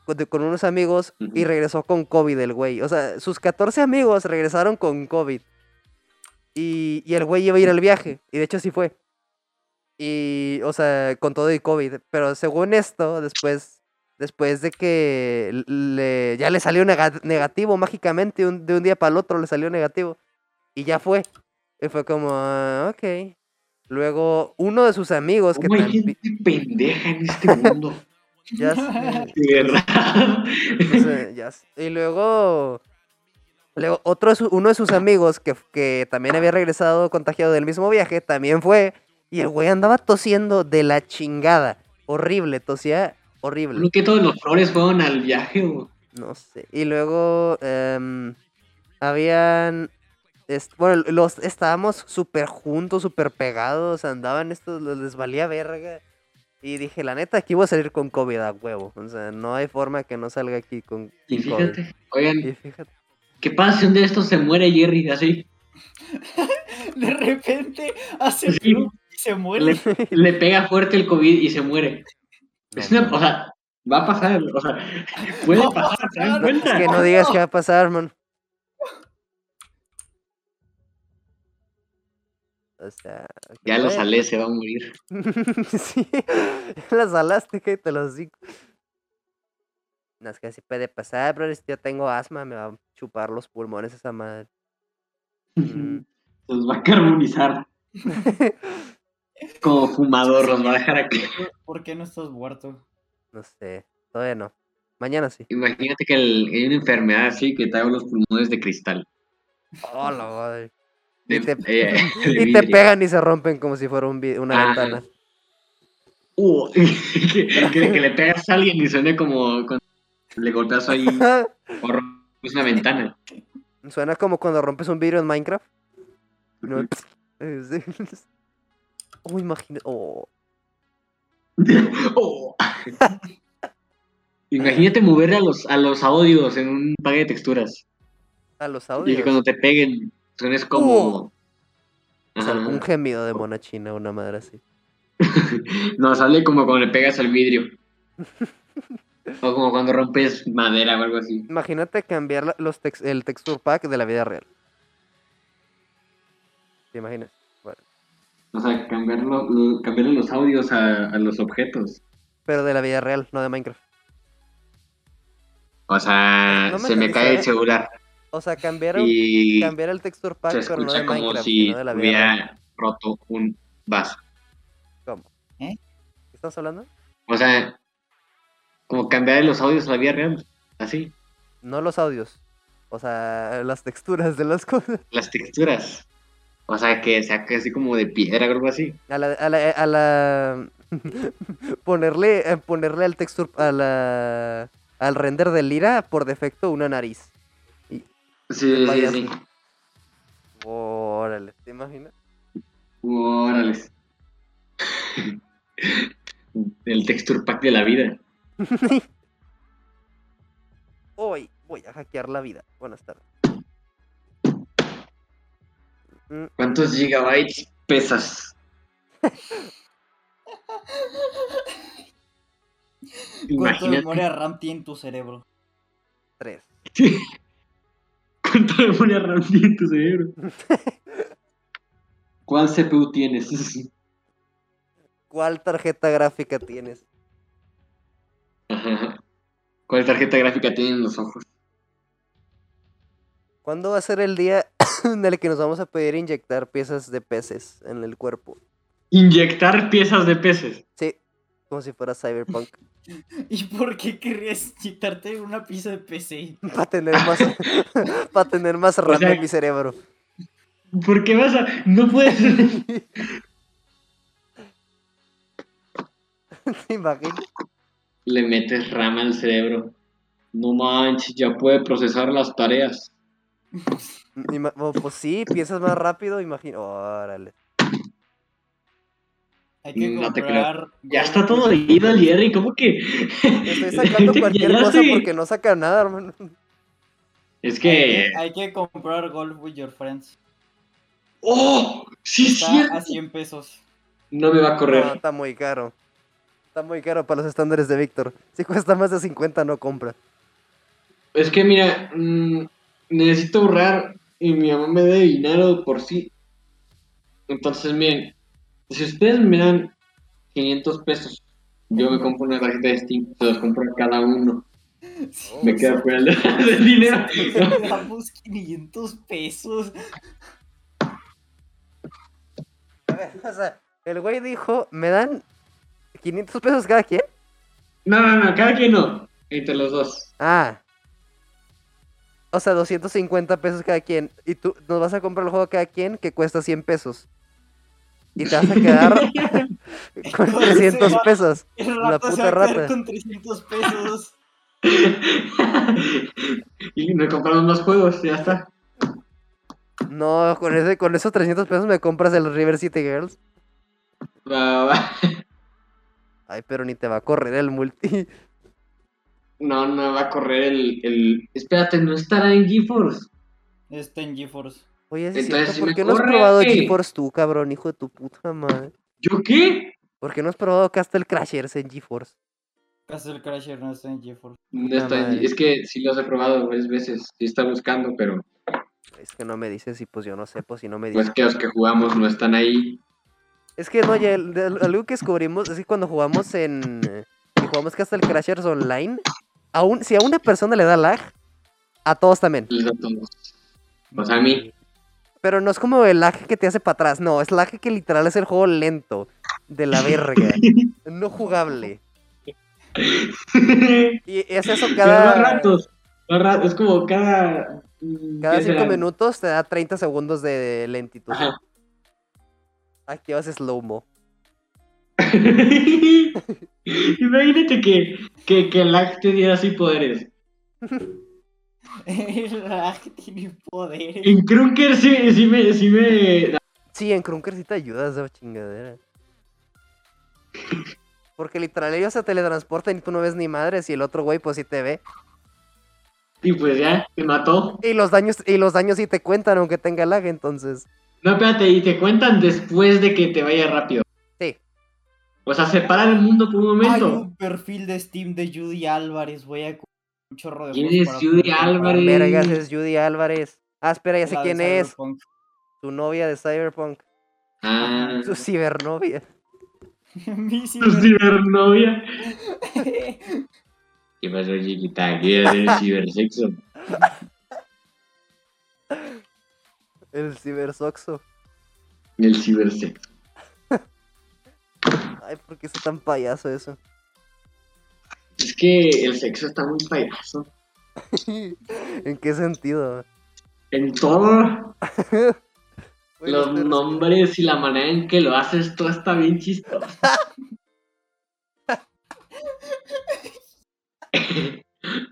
con, de- con unos amigos y
Ujú.
regresó con COVID el güey. O sea, sus 14 amigos regresaron con COVID. Y, y el güey iba a ir al viaje. Y de hecho sí fue. Y, o sea, con todo y COVID. Pero según esto, después, después de que le- ya le salió nega- negativo mágicamente, un- de un día para el otro le salió negativo. Y ya fue. Y fue como, "Ah, ok. Luego, uno de sus amigos que
¿Cómo hay
tambi-
gente pendeja en
[LAUGHS]
este mundo?
ya
[LAUGHS]
sé,
De verdad.
o sea, ya sé. Y luego, luego otro de su- uno de sus amigos que, que también había regresado contagiado del mismo viaje, también fue. Y el güey andaba tosiendo de la chingada. Horrible, tosía horrible.
Creo que todos los flores fueron al viaje, güey.
No sé. Y luego em, habían. est- bueno, los estábamos súper juntos, súper pegados. Andaban estos, los- les valía verga. Y dije, la neta, aquí voy a salir con COVID a huevo. O sea, no hay forma que no salga aquí con
Y
sin COVID.
fíjate, oigan,
Y fíjate.
¿qué pasa si un día de estos se muere Jerry? Así,
De repente hace
Sí.
flu y se muere.
le, le pega fuerte el COVID y se muere.
No,
Es una,
no.
o sea, va a pasar, o sea, puede
Va a
pasar, ¿se
pasar.
dan cuenta?
Es que no digas qué va a pasar, man. O sea. que
Ya lo
puede-
salé, se va a morir.
[LAUGHS] sí, las salaste, que te los digo. No, es que así puede pasar, bro. Si yo tengo asma, me va a chupar los pulmones esa madre. [LAUGHS] Mm.
Los va a carbonizar. Como fumador, los va a dejar aquí.
¿Por qué no estás muerto?
No sé, todavía no. Mañana sí.
Imagínate que el- hay una enfermedad así que te hago los pulmones de cristal.
Oh, la madre.
De-
Y te-
eh, [LAUGHS]
[LAUGHS]
de
Y te
vidrio.
pegan y se rompen como si fuera un vi- una
Ah.
ventana. [LAUGHS]
Uh, [LAUGHS] que, que- que le pegas a alguien y suene como cuando le golpeas ahí o rompes una ventana.
Suena como cuando rompes un vidrio en Minecraft. No,
Ujú.
[LAUGHS] es- Oh, imagina. Oh.
Oh. Imagínate moverle a los, a los audios en un pague de texturas.
A los
Y
audios.
que cuando te peguen, suenes como.
O sea,
Ajá.
un gemido de mona china, una madre así.
No, sale como cuando le pegas al
[LAUGHS]
vidrio. O como cuando rompes madera o algo así.
Imagínate cambiar la- los tex- el texture pack de la vida real. ¿Te imaginas?
O sea, cambiarlo, lo- cambiarle los audios a, a los objetos.
Pero de la vida real, no de Minecraft.
O sea,
No me
se me cae el
entendiste,
celular.
O sea, cambiar, el-
Y
cambiar el texture pack,
se
pero no de
escucha como
Minecraft,
si
sino de la vida real.
hubiera roto un vaso.
¿Qué estás hablando?
O sea, como cambiar los audios a la vida real. Así,
No los audios. O sea, las texturas de las [LAUGHS] cosas.
las texturas. O sea, que saque así como de piedra o algo así.
A la. A la, eh, a la- [LAUGHS] ponerle, eh, ponerle al texture. A la, al render de Lira por defecto una nariz.
Sí, sí,
Vaya.
sí.
Órale, ¿te imaginas?
Órale. [LAUGHS] El texture pack de
[LAUGHS]
la vida.
Hoy voy a hackear la vida. Buenas tardes. Mm,
¿Cuántos gigabytes pesas?
¿Cuánto
Imagínate
memoria RAM tiene tu cerebro?
tres.
cuánto memoria RAM tiene en tu [LAUGHS] cerebro. ¿Cuál CPU tienes?
¿Cuál tarjeta gráfica tienes?
Ajá. ¿Cuál tarjeta gráfica tienen los ojos?
¿Cuándo va a ser el día [COUGHS] en el que nos vamos a pedir inyectar piezas de peces en el cuerpo?
Inyectar piezas de peces.
Sí, como si fuera Cyberpunk. [LAUGHS]
¿Y por qué querrías quitarte una pieza de PC?
Para tener más, [LAUGHS] para tener más RAM
sea-
en mi cerebro. [LAUGHS]
¿Por qué vas a.? No puedes. [LAUGHS]
¿Te imaginas?
Le metes rama al cerebro. No manches, ya puede procesar las tareas.
Ima- bueno, pues sí, piensas más rápido, imagino. Órale.
Hay que
No te creo.
comprar.
Ya está todo ido el Jerry, ¿cómo que?
Estoy sacando cualquier
[LAUGHS] Ya
cosa
sé.
porque no saca nada, hermano.
Es que.
Hay que, hay que comprar Golf with Your Friends.
¡Oh! ¡Sí es
Está a
cierto! Ah.
100 pesos.
No me va a
No,
correr.
está muy caro. Está muy caro para los estándares de Víctor. Si cuesta más de 50, no compra.
Es que mira, mm, necesito ahorrar y mi mamá me debe dinero por sí. Entonces, miren, si ustedes me dan 500 pesos, yo me compro una tarjeta de Steam, se los compro a cada uno. Me queda fuera el [LAUGHS] del
[LAUGHS]
dinero.
Damos 500 pesos.
A ver, o sea, el güey dijo, me dan 500 pesos cada quien.
No, no, no, cada quien no. Entre los dos. [LAUGHS]
Ah. O sea, 250 pesos cada quien. Y tú nos vas a comprar el juego cada quien que cuesta 100 pesos. Y te vas a
[LAUGHS]
quedar con 300 pesos.
El
La
rato se
puta
va a quedar
rata.
con 300 pesos.
y me compraron más juegos, ya está.
No, con, ese, con esos 300 pesos me compras el River City Girls.
Va, va. [LAUGHS]
Ay, pero ni te va a correr el multi. [LAUGHS]
No, no va a correr el. el... Espérate, no estará en
[LAUGHS]
GeForce.
Está en GeForce.
Oye, sí es cierto,
Entonces, si
¿por
me
qué no has
corre,
probado
güey.
GeForce tú, cabrón, hijo de tu puta madre?
¿Yo qué?
¿Por qué no has probado Castle Crashers en GeForce?
Castle Crasher no está en GeForce. [LAUGHS]
No
Puta
está en-
madre.
es que sí los he probado varias veces. Sí está buscando, pero
Es que no me dices y pues yo no sé, pues si no me dices.
pues que los que jugamos no están ahí.
Es que no, ya, el- de- algo que descubrimos es que cuando jugamos en. eh, Que jugamos Castle Crashers online, a un- si a una persona le da lag, a todos también.
Les da todos. Pues a mí.
Pero no es como el lag que te hace para atrás, no, es lag que literal es el juego lento, de la
[LAUGHS]
verga, no jugable. Y es eso
Pero Dos
cada.
ratos. Dos ratos. Es como cada. mm,
Cada
¿qué
5
será?
minutos te da 30 segundos de lentitud.
Ajá.
Aquí vas slow-mo.
[LAUGHS] Imagínate que, que, que el lag te diera así poderes.
El lag tiene poder.
En Krunker sí, sí me. Sí me...
Sí, en Krunker sí te ayuda esa chingadera. Porque literal ellos se teletransportan y tú no ves ni madres y el otro güey pues sí te ve.
Y pues ya, te mató.
Y los daños, y los daños sí te cuentan aunque tenga lag, entonces.
No, espérate, y te cuentan después de que te vaya rápido.
Sí.
O sea, separar el mundo por un
Hay
momento.
un perfil de Steam de Judy Álvarez. Voy a comprar un chorro de
¿Quién
juegos
es
para
Judy
poder comprar.
Álvarez?
Vergas es Judy Álvarez. Ah, espera, ya sé
La de
quién es.
Cyberpunk. [LAUGHS] Mm.
Tu novia de Cyberpunk.
Ah,
Su cibernovia.
Mi
tu
ciber-
cibernovia. ¿Qué pasó, chiquita? ¿Quieres hacer cibersexo?
El cibersoxo.
El cibersexo.
Ay, ¿por qué es tan payaso eso? [LAUGHS]
Es que el sexo está muy payaso.
¿En qué sentido?
En todo,
Güey,
los
pero es que-
nombres y la manera en que lo haces, todo está bien chistoso.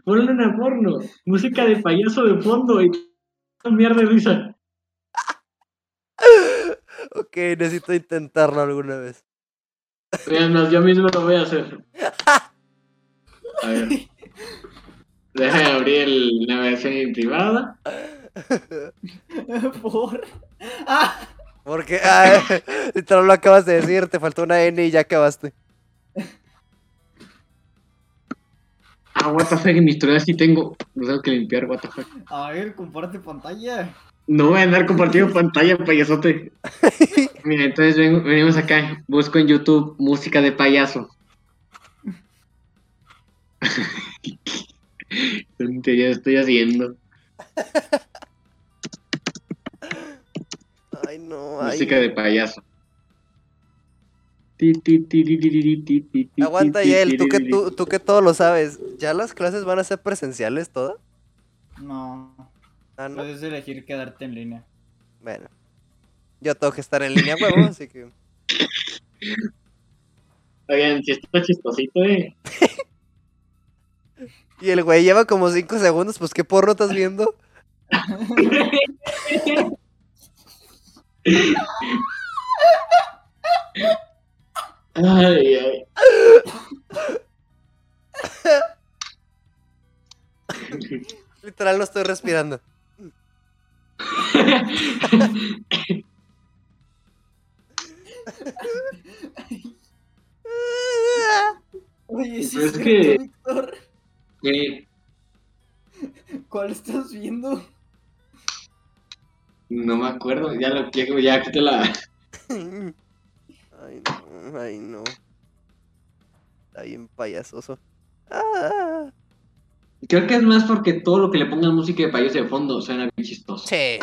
Ponle una porno, música de payaso de fondo y mierda de risa.
Ok, necesito intentarlo alguna vez.
Es más, yo mismo lo voy a hacer. A ver. Déjame abrir el- la versión privada.
[LAUGHS] Por. Ah,
Porque, ah, [LAUGHS] literal lo acabas de decir, te faltó una N y ya acabaste.
Ah, what the fuck, en mi historial sí tengo. Lo tengo que limpiar, what the fuck.
a ver, comparte pantalla.
No voy a andar compartiendo pantalla, payasote.
[LAUGHS]
Mira, entonces vengo- venimos acá. Busco en YouTube música
[LAUGHS]
de payaso. Tontería estoy haciendo.
Ay, no, ay.
Música de payaso. Ti, ti, ti, ti, ti, ti, ti, ti, ti,
Aguanta,
ti, ti,
Yael, tú
ti,
que,
ti,
tú, tú que todo lo sabes. ¿Ya las clases van a ser presenciales todas?
No.
Ah, no.
Puedes elegir quedarte en línea.
Bueno. Yo tengo que estar en línea, huevo, así que.
Oigan, si está chistosito, eh.
Y el güey lleva como 5 segundos, pues qué porro estás viendo.
Ay, ay.
Literal, no estoy
[LAUGHS]
respirando.
Oye, sí,
Pero Pues es
es
que-
cierto, Víctor.
Eh,
¿Cuál estás viendo?
no me acuerdo, ya lo quiero, ya quítala.
Ay, no, ay, no. Está bien payasoso. Ah,
Creo que es más porque todo lo que le pongan música de payaso de fondo suena bien chistoso.
che.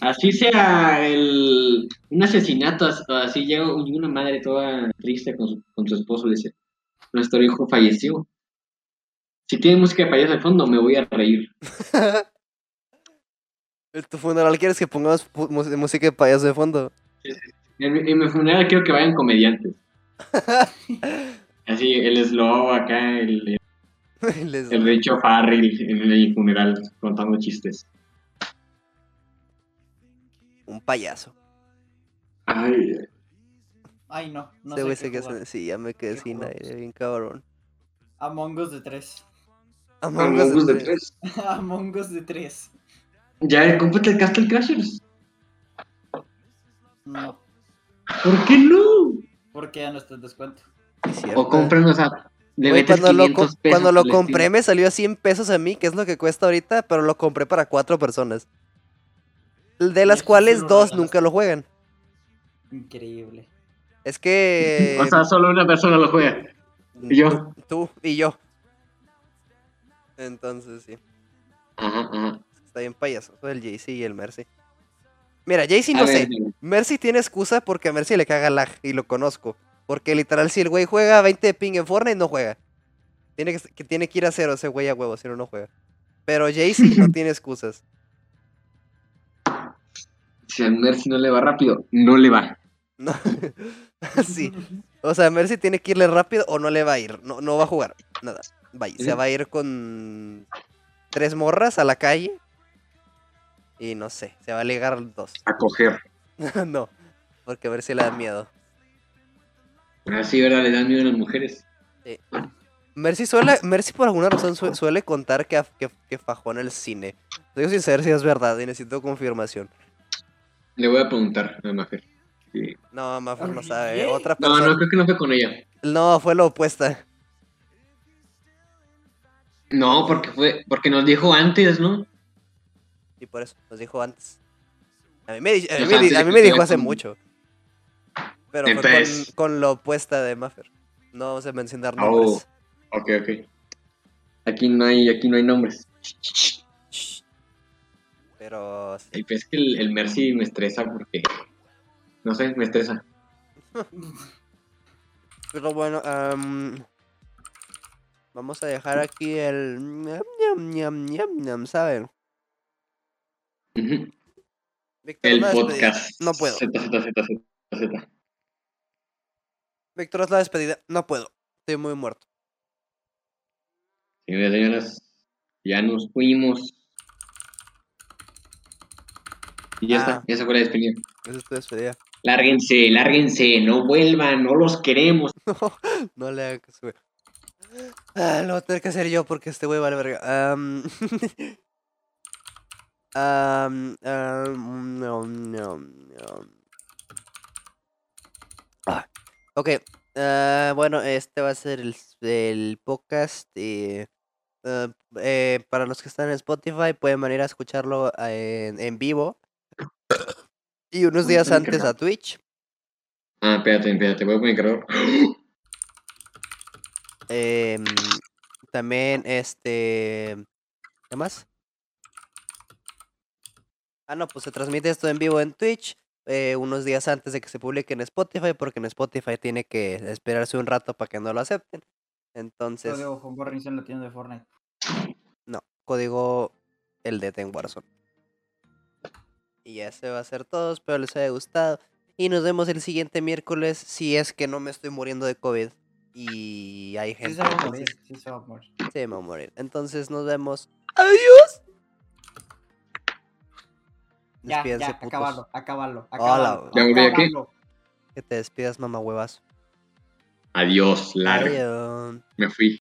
Así sea el, un asesinato, as- así llega un- una madre toda triste con su, con su esposo y le dice, nuestro hijo falleció. Si tiene música de payaso de fondo, me voy a reír.
¿En tu funeral quieres que pongamos pu- mus- música de payaso de fondo? [LAUGHS]
En, mi- en mi funeral quiero que vayan comediantes. Así, el slow acá, el,
Les-
el Richo Farrell en el funeral contando chistes.
Un payaso.
Ay,
Ay, no, no
Este güey
sé
se
qué
queda
jugar.
sin- Sí, ya me quedé
¿Qué
sin
jugamos?
aire, bien cabrón.
Among Us de 3.
Among Us
Among Us de
tres.
tres.
[LAUGHS] Among Us de 3.
Ya, eh, cómprate el Castle Crashers.
No,
¿Por qué no?
porque ya no está en descuento.
Sí, cierto.
O cómpranos a... Le
Güey,
metes
cuando lo,
500
co-
pesos
cuando lo
al
compré
Steam.
me salió a 100 pesos a mí, que es lo que cuesta ahorita, pero lo compré para cuatro personas. De las
eso sí
cuales
lo
dos
regalaste.
nunca lo juegan.
Increíble.
Es que
[LAUGHS] O sea, solo una persona lo juega. Y yo.
tú y yo. Entonces, sí.
Ajá, ajá.
Está bien payasoso el Jaycee y el Mercy. Mira, Jaycee
A
no sé.
ver,
Mercy tiene excusa porque a Mercy le caga lag y lo conozco. Porque literal, si el güey juega 20 de ping en Fortnite, no juega. Tiene que, que tiene que ir a cero ese güey a huevo, si no, no juega. Pero Jaycee
[LAUGHS]
no tiene excusas.
Si a Mercy no le va rápido, no le va.
No. [LAUGHS] sí. O sea, Mercy tiene que irle rápido o no le va a ir. No, no va a jugar. Nada. Bye. Se va a ir con tres morras a la calle. Y no sé, se va a ligar dos. [LAUGHS]
A coger.
no. Porque Mercy le da miedo.
Ah, sí, ¿verdad? Le dan miedo a las mujeres.
Mercy suele, Mercy por alguna razón sue- suele contar que, af- que, que fajó en el cine. Lo Digo sin saber si es verdad y necesito confirmación.
Le voy a preguntar a Mafer. Sí.
No, Maffer no
Ay,
sabe.
¿eh?
Otra
No,
persona.
no, creo que no fue con ella.
no, fue la opuesta.
No, porque fue, porque nos dijo antes, ¿no?
Y por eso nos dijo antes. A mí me, di- a mí
Ajá,
me di-
sí,
a mí
que
me
se
dijo
ve
hace
con-
mucho. Pero fue con,
Entonces-
con la opuesta de Maffer. No vamos a mencionar
Oh.
nombres.
Ok, ok. Aquí no hay, aquí no hay nombres.
Shh. Pero sí,
El pez que el, el Mercy me estresa porque. No sé, me estresa.
Pero bueno, am, vamos a dejar aquí el ñam, ñam, ñam, ñam, ñam, ¿saben?
Ujú.
Víctor,
El
una despedida.
podcast.
No puedo.
Z, Z, Z, Z, Z.
Víctor, haz la despedida. No puedo. Estoy muy muerto.
Señoras y señores, ya nos fuimos. Y ya
Ah.
está, esa fue la despedida.
Esa es tu despedida.
Lárguense, lárguense, no vuelvan, no los queremos.
No le hagan que sube. Ah, lo voy a tener que hacer yo porque este güey vale verga. Am, [LAUGHS] am, am, no, no, no. Ah, ok. ah, bueno, este va a ser el, s- el podcast. eh, ah, eh, para los que están en Spotify, pueden venir a escucharlo ah, en, en vivo. Y unos
Mm,
días
mm,
antes
claro.
a Twitch.
Ah, espérate, espérate, voy a poner el cargador.
Em, también, este. ¿Qué más? Ah, no, pues se transmite esto en vivo en Twitch. eh, unos días antes de que se publique en Spotify, porque en Spotify tiene que esperarse un rato para que no lo acepten. Entonces,
Código con Gorrinson en la tienda de Fortnite.
código el de Ten Warzone. Y ya se va a hacer todo. Espero les haya gustado. Y nos vemos el siguiente miércoles si es que no me estoy muriendo de COVID. Y hay gente.
Sí se va a
entonces-
morir, sí se va a morir.
se me va a morir. Entonces nos vemos. ¡Adiós!
Ya, ya,
Despídense, putos.
acábalo, acábalo,
Hola,
acábalo.
¿ya murió aquí?
acábalo.
que te despidas, mamá huevas.
Adiós, Lara.
Adiós.
Me fui.